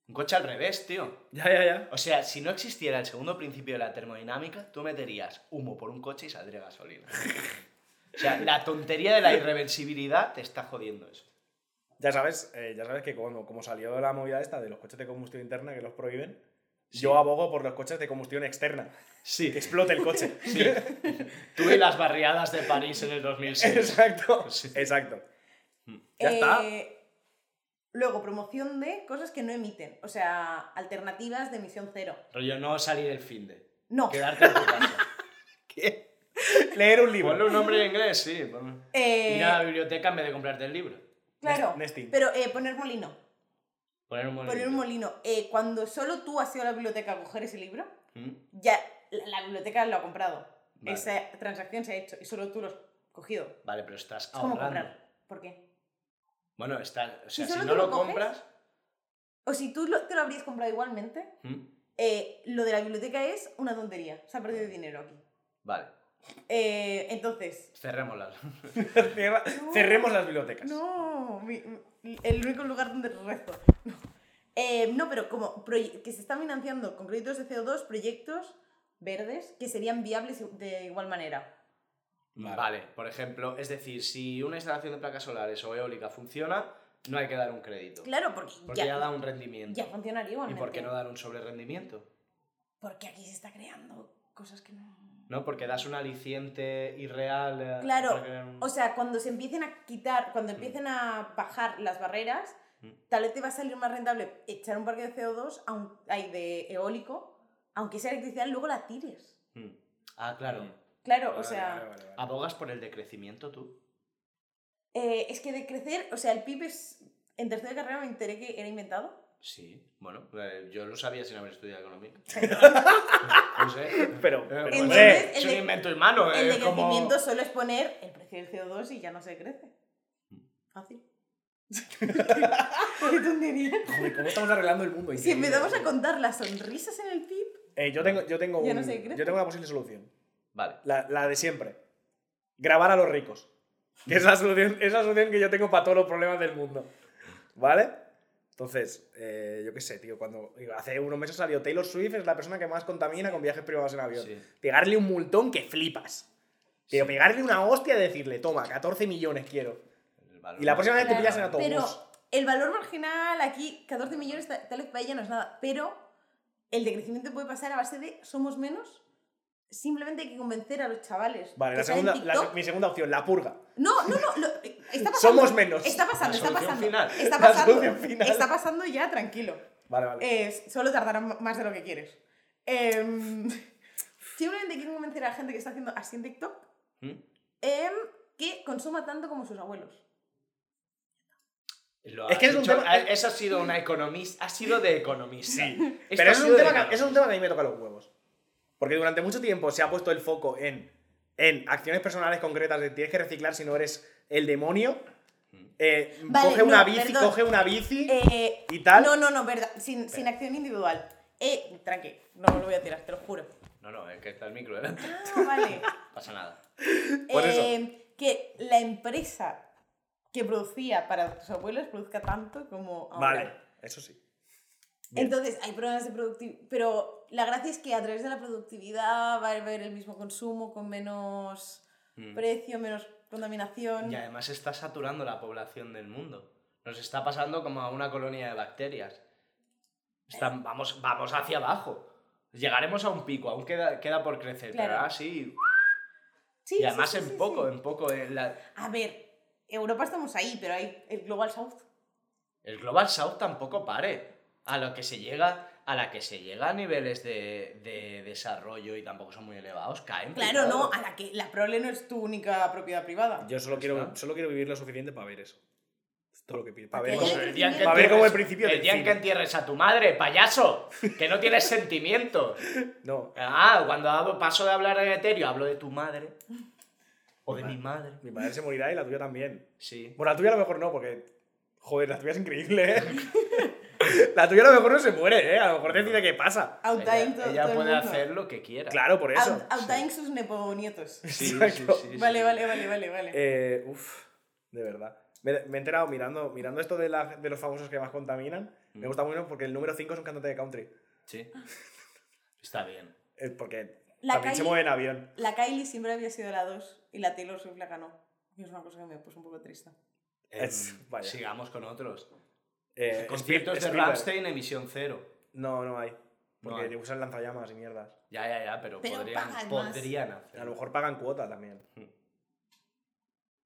Un coche al revés, tío.
Ya, ya, ya.
O sea, si no existiera el segundo principio de la termodinámica, tú meterías humo por un coche y saldría gasolina. O sea, la tontería de la irreversibilidad te está jodiendo eso.
Ya sabes, eh, ya sabes que cuando, como salió de la movida esta de los coches de combustión interna que los prohíben,
Sí.
yo abogo por los coches de combustión externa.
Sí.
Que explote el *laughs* coche.
Tú y las barriadas de París en el 2006.
Exacto.
Sí.
Exacto. Eh, Ya está.
Eh, Luego, promoción de cosas que no emiten. O sea, alternativas de emisión cero.
Rollo, no salir el fin de.
No.
Quedarte en tu casa.
*laughs*
Leer un libro.
Ponle un nombre en inglés, sí. ponle.
Eh,
Ir a la biblioteca en vez de comprarte el libro.
claro.
Nest- nesting.
Pero eh, poner molino.
Poner un molino.
Poner un molino. Eh, cuando solo tú has ido a la biblioteca a coger ese libro,
¿Mm?
ya la, la biblioteca lo ha comprado.
Vale.
Esa transacción se ha hecho y solo tú lo has cogido.
Vale, pero estás
Es como
ahorrando.
comprar. ¿Por qué?
Bueno, estás, o sea,
solo
si
tú
no
lo
lo
coges?
compras...
O si tú lo- te lo habrías comprado igualmente,
¿Mm?
Eh, lo de la biblioteca es una tontería. Se ha perdido dinero aquí.
Vale,
Eh, entonces.
cerrémoslas.
*laughs* Cierra-
No.
Cerremos las bibliotecas.
No, mi- mi- el único lugar donde rezo. No, Eh, no, pero como proye- que se están financiando con créditos de CO2 proyectos verdes que serían viables de igual manera.
Vale. por ejemplo, es decir, si una instalación de placas solares o eólica funciona, no hay que dar un crédito.
Claro, porque,
Porque
ya,
ya, da un rendimiento.
ya funcionaría
¿Y
igualmente.
por qué no dar un sobrerendimiento?
Porque aquí se está creando cosas que no...
¿No? Porque das un aliciente irreal. eh,
Claro,
para crear un-
O sea, cuando se empiecen a quitar, cuando empiecen a bajar las barreras,
Mm.
tal vez te va a salir más rentable echar un parque de CO2, aun- ay, de eólico, aunque sea electricidad, luego la tires.
Mm. Ah, claro.
Mm.
Claro, o
Vale,
sea,
vale, vale, vale.
¿Abogas por el decrecimiento tú?
eh, es que de crecer, o sea, el PIB es, en tercera carrera me enteré que era inventado.
Sí. Bueno, eh, yo lo sabía sin haber estudiado economía. *laughs* no sé.
Pero, pero,
Entonces,
hombre,
el
es un
de-
invento humano.
el
eh,
de
como-
crecimiento solo es poner el precio del CO2 y ya no se crece.
Mm.
Fácil. *laughs* ¿Qué tontería?
joder, ¿cómo estamos arreglando el mundo?
Si
Increíble.
empezamos a contar las sonrisas en el PIB,
Eh, yo tengo, yo tengo,
Ya
un-
no sé,
yo
crece.
tengo una posible solución.
Vale.
La, la de siempre. Grabar a los ricos. Que es la solución, es la solución que yo tengo para todos los problemas del mundo. ¿Vale? Entonces, eh, yo qué sé, tío. Cuando, digo, hace unos meses salió Taylor Swift, es la persona que más contamina con viajes privados en avión.
Sí.
Pegarle un multón que flipas. Pero
Sí.
pegarle una hostia y decirle, toma, 14 millones quiero.
El valor ¿Mm?
Y la próxima vez te
marginal.
pillas en autobús.
pero el valor marginal aquí, 14 millones, ta- tal vez para ella no es nada, pero el decrecimiento puede pasar a base de somos menos. Simplemente hay que convencer a los chavales.
Vale,
que
la
salen
segunda, la-
TikTok.
mi segunda opción, la purga.
No, no, no. lo- eh,
*laughs*
está pasando.
Somos menos.
Está pasando,
La
está
solución
pasando.
final.
Está
La
pasando.
solución final.
Está pasando ya, tranquilo.
Vale, vale.
Es- solo tardará m- más de lo que quieres. Em, *laughs* simplemente quiero convencer a la gente que está haciendo así en TikTok
¿Mm?
em, que consuma tanto como sus abuelos.
Lo
Es que
has
es un
dicho-
tema-
ha- Eso ha sido una economista. Ha sido de economista.
Sí,
Esto
pero
ha
es un,
sido de
tema que,
economista.
es un tema que a mí me toca los huevos. Porque durante mucho tiempo se ha puesto el foco en, en acciones personales concretas de tienes que reciclar si no eres el demonio. Eh,
Vale,
coge, una
no,
bici,
perdón.
coge una bici,
Eh,
¿Y tal?
No, no, no, verdad. Sin, sin acción individual. Eh, tranqui, no lo voy a tirar, te lo juro.
No, no, es que está el micro delante.
Ah,
*laughs*
vale.
Pasa nada.
Por eso.
Eh, Que la empresa que producía para tus abuelos produzca tanto como ahora.
Vale, eso sí. Bien.
Entonces, hay problemas de productividad, pero la gracia es que a través de la productividad va a haber el mismo consumo con menos
Mm.
precio, menos contaminación.
Y además está saturando la población del mundo. Nos está pasando como a una colonia de bacterias. Están- vamos, vamos hacia abajo. Llegaremos a un pico, aún queda, queda por crecer.
Claro.
Pero ahora sí.
Sí,
y además
sí, sí,
en,
sí,
poco,
sí.
en poco, en la-
A ver, Europa estamos ahí, pero hay el Global South.
El Global South tampoco pare. A lo que se llega, a la que se llega a niveles de, de desarrollo y tampoco son muy elevados, caen.
Claro,
picado.
no, a la que la prole no es tu única propiedad privada.
Yo solo
Ya
quiero,
está.
solo quiero vivir lo suficiente para ver eso. Es todo lo que pido. Para
Que
ver
haya
cómo-
El día en que
Para ver cómo el
entierres-
principio
el
del
día en que
cine.
entierres a tu madre, payaso, que no
*laughs*
tienes sentimientos.
No,
Ah, cuando hablo- paso de hablar de etéreo, hablo de tu madre. O de mi madre.
mi madre se morirá y la tuya también.
Sí.
Bueno, la tuya a lo mejor no, porque. Joder, la tuya es increíble, ¿eh? *laughs* la tuya a lo mejor no se muere, ¿eh? A lo mejor decide qué pasa.
Outdying
Ella,
to-
ella
todo el
puede
mundo.
hacer lo que quiera.
Claro, por eso.
Out- Outdying sus neponietos.
Sí, sí,
Exacto.
sí, sí.
Vale, vale, vale, vale, vale.
Eh, uf, de verdad. Me, me he enterado mirando, mirando esto de, la- de los famosos que más contaminan.
Mm.
Me gusta mucho porque el número 5 es un cantante de country.
Sí. Está bien.
Eh, porque
La
también se
Kylie-
mueve en avión.
La Kylie siempre había sido la 2 y la Taylor Swift la ganó. Y es una cosa que me puso un poco triste.
Es-
Em,
vaya.
Sigamos con otros.
Eh,
Conciertos
Spiel-
de
Spielberg.
Rammstein, emisión cero.
No, no hay.
No
Porque
hay.
te usan lanzallamas y mierdas.
Ya, ya, ya, pero,
Pero
podrían,
pagan más.
podrían hacer.
A lo mejor pagan cuota también.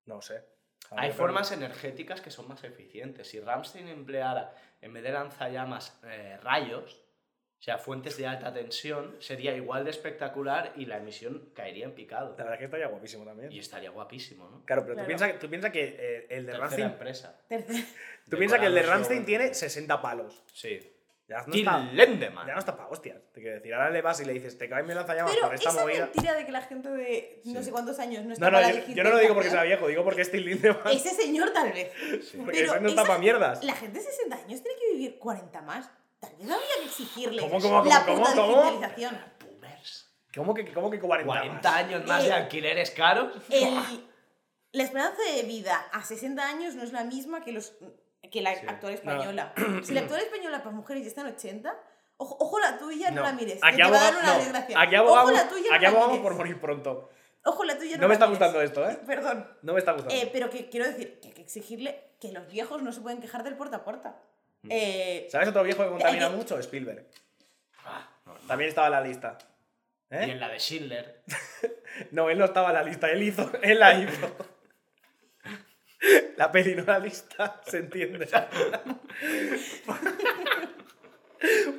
No sé.
Mm. Hay formas energéticas que son más eficientes. Si Ramstein empleara, en vez de lanzallamas, eh, rayos, o sea, fuentes de alta tensión, sería igual de espectacular y la emisión caería en picado.
La verdad es que estaría guapísimo también.
Y estaría guapísimo, ¿no?
Claro, pero
Claro.
tú piensas tú piensa que eh, el de
Tercera
Rammstein.
empresa.
Tercero.
Tú piensas que el de
Decorando
Rammstein
sobre-
tiene 60 palos.
Sí.
Ya no
Till
está-
Lindemann.
Ya no está para hostias. Te quiero decir, ahora le vas y le dices, te cae mi lanzallamas
Pero
por esta
esa
movida.
mentira de que la gente de no
Sí.
sé cuántos años no está
No, no,
para
yo,
elegir
yo no lo digo porque sea
tentación.
viejo, digo porque es Till Lindemann.
Ese señor tal vez.
*laughs*
Sí.
Porque
pero
eso no está
esa-
para mierdas.
La gente de 60 años tiene que vivir 40 más. Tal vez ¿De dónde habían exigirles
¿Cómo, cómo,
la
cómo,
puta
cómo, cómo?
digitalización?
Boomers.
¿Cómo que, cómo que 40,
40
más?
años más de alquileres caros.
Eh, El- la esperanza de vida a 60 años no es la misma que, los, que la
Sí.
*clears throat*
actual española. Si la actual española para mujeres ya está en 80, ojo, ojo la tuya,
No,
no, la mires. que
Aquí
te va a dar
abogamos-
una
no,
desgracia.
aquí
ojo
abogamos,
la tuya,
aquí
no la
abogamos
mires.
por morir pronto.
Ojo la tuya,
No
la
me está
mires.
gustando esto, ¿eh?
Perdón.
No me está gustando.
Eh, pero que quiero decir que hay que exigirle que los viejos no se pueden quejar del porta a porta.
Mm.
Eh,
¿Sabes otro viejo que contamina
que-
mucho? Spielberg.
Ah, normal.
También estaba en la lista. ¿Eh?
Y en la de
*laughs*
Schindler.
No, él no estaba en la lista, él hizo, *laughs* él la hizo. La peli no la lista, *laughs* se entiende.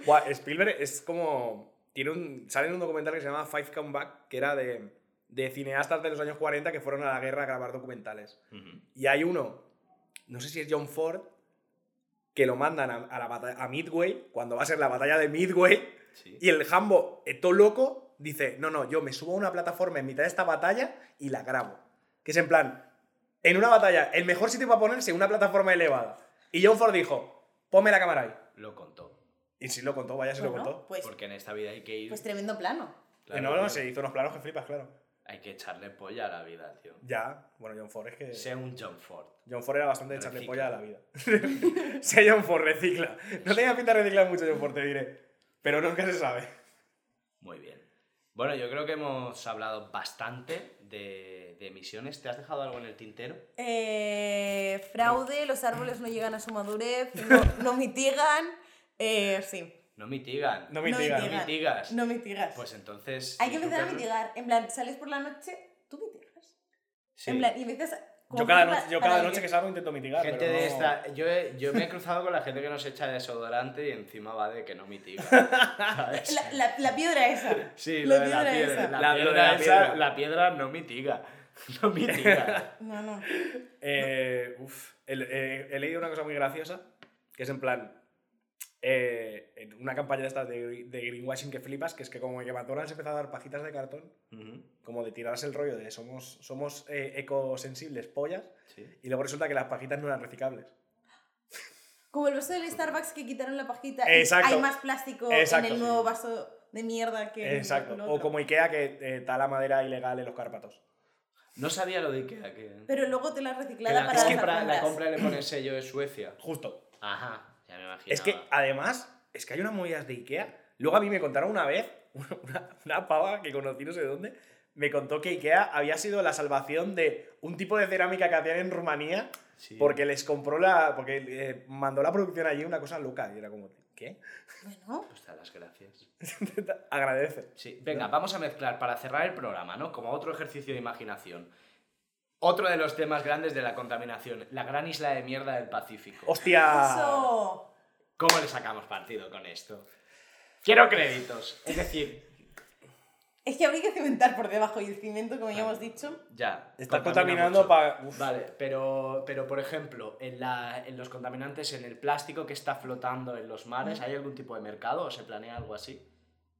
Buah, Spielberg es como. Tiene un, sale en un documental que se llama Five Comeback, que era de, de cineastas de los años 40 que fueron a la guerra a grabar documentales. Y hay uno, no sé si es John Ford, que lo mandan a, a la bata- a Midway, cuando va a ser la batalla de Midway,
Sí.
y el Jambo, eh, todo loco, dice, no, no, yo me subo a una plataforma en mitad de esta batalla y la grabo. Que es en plan, en una batalla, el mejor sitio para ponerse una plataforma elevada. Y John Ford dijo, ponme la cámara ahí.
Lo contó.
Y si lo contó, vaya si
bueno,
lo contó.
pues,
Porque en esta vida hay que ir.
pues tremendo plano.
claro,
Eh, no, no,
claro.
se hizo unos planos que flipas, claro.
Hay que echarle polla a la vida, tío.
Ya, bueno, John Ford es que...
Sea un John Ford.
John Ford era bastante de echarle
Recicla.
polla a la vida. *laughs* Sea John Ford, recicla. No tenía pinta de reciclar mucho John Ford, te diré. Pero nunca se sabe.
Muy bien. Bueno, yo creo que hemos hablado bastante de, de emisiones. ¿Te has dejado algo en el tintero?
Eh, fraude, los árboles no llegan a
*laughs*
su madurez, no, no mitigan. eh, sí.
No mitigan.
No
No
mitiga.
mitigan. mitigas.
No mitigas.
Pues entonces.
Hay que empezar a
Zuckerberg-
mitigar. En plan, sales por la noche, tú mitigas.
Sí.
En plan, y empiezas. a-
Yo
como
cada
para-
noche, yo
para
cada
vivir.
noche que salgo intento mitigar.
Gente
pero
de
no-
esta. Yo, he- yo me he cruzado con la gente que nos echa desodorante y encima va de que no
*laughs*
mitiga. ¿sabes?
La, la, la piedra esa.
Sí,
La
lo de la
piedra
piedra.
esa.
La,
La- lo de
piedra
la
esa-
piedra.
la piedra no mitiga. *laughs* No mitiga.
No, no.
Eh, uf, el- eh, he leído una cosa muy graciosa, que es en plan, eh, en una campaña de estas de, de greenwashing que flipas, que es que como que McDonald's empezó a dar pajitas de cartón,
Ujú,
como de tirarse el rollo de somos, somos eh, ecosensibles, pollas,
sí.
y luego resulta que las pajitas no eran reciclables.
Como el vaso del Starbucks que quitaron la pajita. y
Exacto.
Hay más plástico
Exacto,
en el
sí.
nuevo vaso de mierda que. en el
Exacto.
otro.
O como Ikea que eh, tala madera ilegal en los Cárpatos.
No sabía lo de Ikea. Que,
Pero luego te la has
que
reciclada
la,
para las
compra, la
alfombras.
compra le
*clears throat*
pone sello de Suecia.
Justo.
Ajá, ya me imaginaba.
Es que además, es que hay unas movidas de Ikea. Luego a mí me contaron una vez, *laughs* una, una pava que conocí no sé dónde, me contó que Ikea había sido la salvación de un tipo de cerámica que hacían en Rumanía
Sí.
porque les compró la. porque eh, mandó la producción allí una cosa loca. Y era como, ¿qué? *laughs*
Bueno,
Pues te las gracias.
Agradece.
Sí, venga, vamos a mezclar para cerrar el programa, ¿no? Como otro ejercicio de imaginación. Otro de los temas grandes de la contaminación, la gran isla de mierda del Pacífico.
¡Hostia!
eso.
¿Cómo le sacamos partido con esto? Quiero créditos. Es decir,
Es que habría que cimentar por debajo y el cimiento, como ya hemos dicho.
ya.
Estás
contamina
contaminando
mucho.
para.
Vale, pero, pero por ejemplo, en, la- en los contaminantes, en el plástico que está flotando en los mares, ¿hay algún tipo de mercado o se planea algo así?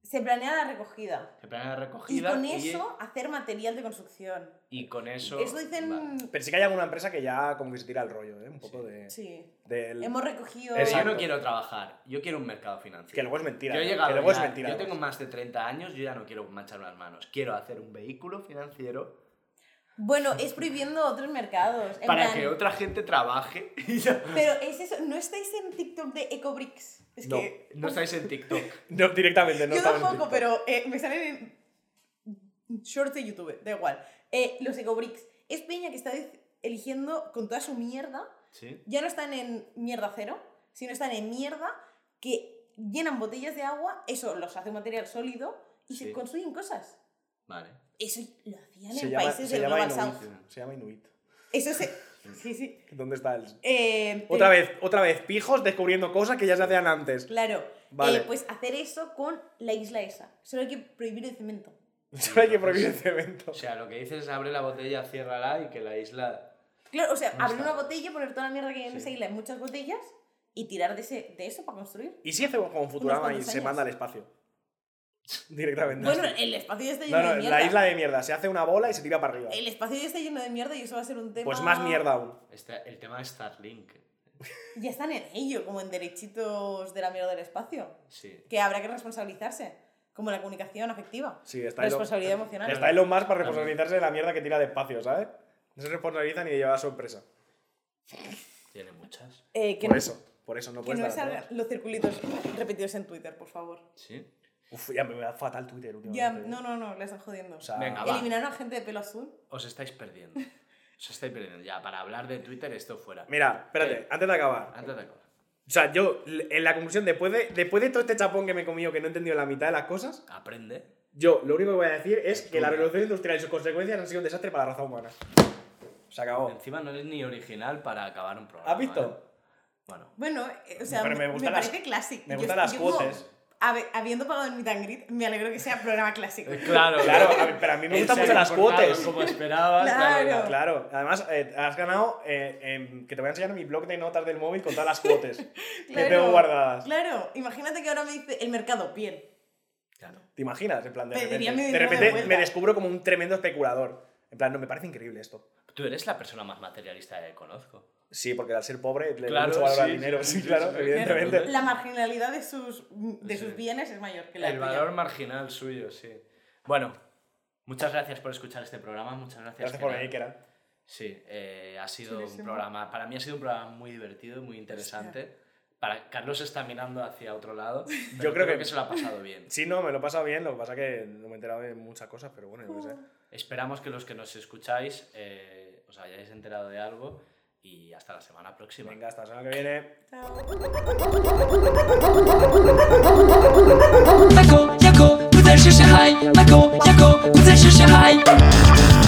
Se planea la recogida.
Se planea
Y
recogida.
con eso hacer material de construcción.
y con eso.
Eso dicen.
Vale.
Pero sí que hay alguna empresa que ya como que se tira el rollo, ¿eh? Un poco
Sí.
de.
Sí.
del-
Hemos recogido.
Pero yo
Exacto.
no quiero trabajar, yo quiero un mercado financiero.
Que luego es mentira.
yo he
¿no?
llegado
que luego
ya-
es mentira.
yo
además.
tengo más de 30 años, yo ya no quiero manchar las manos. Quiero hacer un vehículo financiero
Bueno, es prohibiendo otros mercados. en
para
plan-
que otra gente trabaje. *laughs* y yo-
Pero es eso, ¿no estáis en TikTok de Ecobricks? Es
No.
que.
No estáis en TikTok.
No, directamente, no
yo
estaba en
tampoco,
TikTok.
pero eh, me salen en shorts de YouTube, da igual. Eh, los Ecobricks. Es Peña que está dec- eligiendo con toda su mierda.
¿Sí?
Ya no están en mierda cero, sino están en mierda que llenan botellas de agua, eso los hace un material sólido y
Sí.
se construyen cosas.
Vale.
Eso lo hacían
Se
en
llama,
países
se
del
llama
Global
Inuit.
South.
Se llama Inuit.
Eso se. Sí, sí.
¿Dónde está el...?
Eh,
Otra
pero-
vez, otra vez, pijos descubriendo cosas que ya se hacían antes.
Claro.
Vale.
Eh, pues hacer eso con la isla esa. Solo hay que prohibir el cemento.
*laughs* Solo hay que prohibir el cemento.
O sea, lo que dices es abre la botella, ciérrala y que la isla.
Claro, o sea,
No
abrir
está.
una botella, poner toda la mierda que hay en
Sí.
esa isla en muchas botellas y tirar de, ese, de eso para construir.
¿Y si hacemos como Futurama y
cuantos
se
años.
manda al espacio? *laughs* Directamente.
Bueno, el espacio ya está lleno
no, no,
de mierda.
la isla de mierda. Se hace una bola y se tira para arriba.
El espacio ya está lleno de mierda y eso va a ser un tema.
Pues más mierda aún.
Está, el tema de Starlink.
Ya están en ello, como en derechitos de la mierda del espacio.
Sí.
Que habrá que responsabilizarse. Como la comunicación afectiva.
Sí, está Elon,
Responsabilidad emocional.
está Elon Musk para responsabilizarse de la mierda que tira despacio, ¿sabes? No se responsabiliza ni de llevar sorpresa.
Tiene muchas.
Eh, que
Por
no,
eso, por eso no
que
puedes
no
dar a
salgan
todas.
los circulitos repetidos en Twitter, por favor.
Sí.
Uf, ya me da fatal Twitter últimamente.
Ya, no, no, no, la están jodiendo.
O sea,
Venga, va.
Eliminaron a gente de pelo azul.
Os estáis perdiendo. Os estáis perdiendo. Ya, para hablar de Twitter, esto fuera.
Mira, espérate,
Sí.
antes de acabar.
Antes de acabar.
O sea, yo, l- en la conclusión, después de, después de todo este chapón que me he comido, que no he entendido la mitad de las cosas,
Aprende.
yo lo único que voy a decir es que la revolución industrial y sus consecuencias han sido un desastre para la raza humana. Se acabó.
Encima no es ni original para acabar un programa.
¿Has
¿eh?
visto?
Bueno,
Bueno, eh, o sea,
Pero me
me,
gustan las-
parece clásico.
me
Yo-
gustan las
yo como-
cuotes.
habe- habiendo pagado en Meet and Greet, me alegro que sea programa clásico.
eh, claro.
*laughs* Claro, a mí- pero a mí
*laughs*
me
El
gustan
ser
mucho las
informado,
cuotes.
Como esperabas.
Claro.
Claro, además eh, has ganado eh, em, que te voy a enseñar mi blog de notas del móvil con todas las cuotes que
Claro,
tengo guardadas.
Claro, imagínate que ahora me dice el mercado, piel.
Claro.
¿Te imaginas? En plan, de repente,
Pediría mi
de
dinero de
repente
vuelta.
me descubro como un tremendo especulador. En plan, no, me parece increíble esto.
Tú eres la persona más materialista que conozco.
Sí, porque al ser pobre le da
Claro,
mucho valor al
sí,
dinero.
sí,
Sí,
sí,
claro,
sí.
evidentemente.
La marginalidad de sus, de
Sí.
sus bienes es mayor que la
El
tuya.
valor marginal suyo, sí. Bueno, muchas gracias por escuchar este programa. Muchas gracias.
Gracias por
Kenan.
venir, Keran.
Sí, eh, ha sido un
Chulísimo.
programa, para mí ha sido un programa muy divertido, muy interesante. Para, Carlos está mirando hacia otro lado. Yo creo,
creo
que...
que-
se lo ha pasado bien.
Sí, no, me lo he pasado bien, lo que pasa que no me he enterado de muchas cosas, pero bueno, yo qué sé.
Mm. Esperamos que los que nos escucháis eh, os hayáis enterado de algo y hasta la semana próxima.
Venga, hasta la semana que viene.
Chao.
Michael, Jaco, 不再是小孩。Michael, Jaco, 不再是小孩。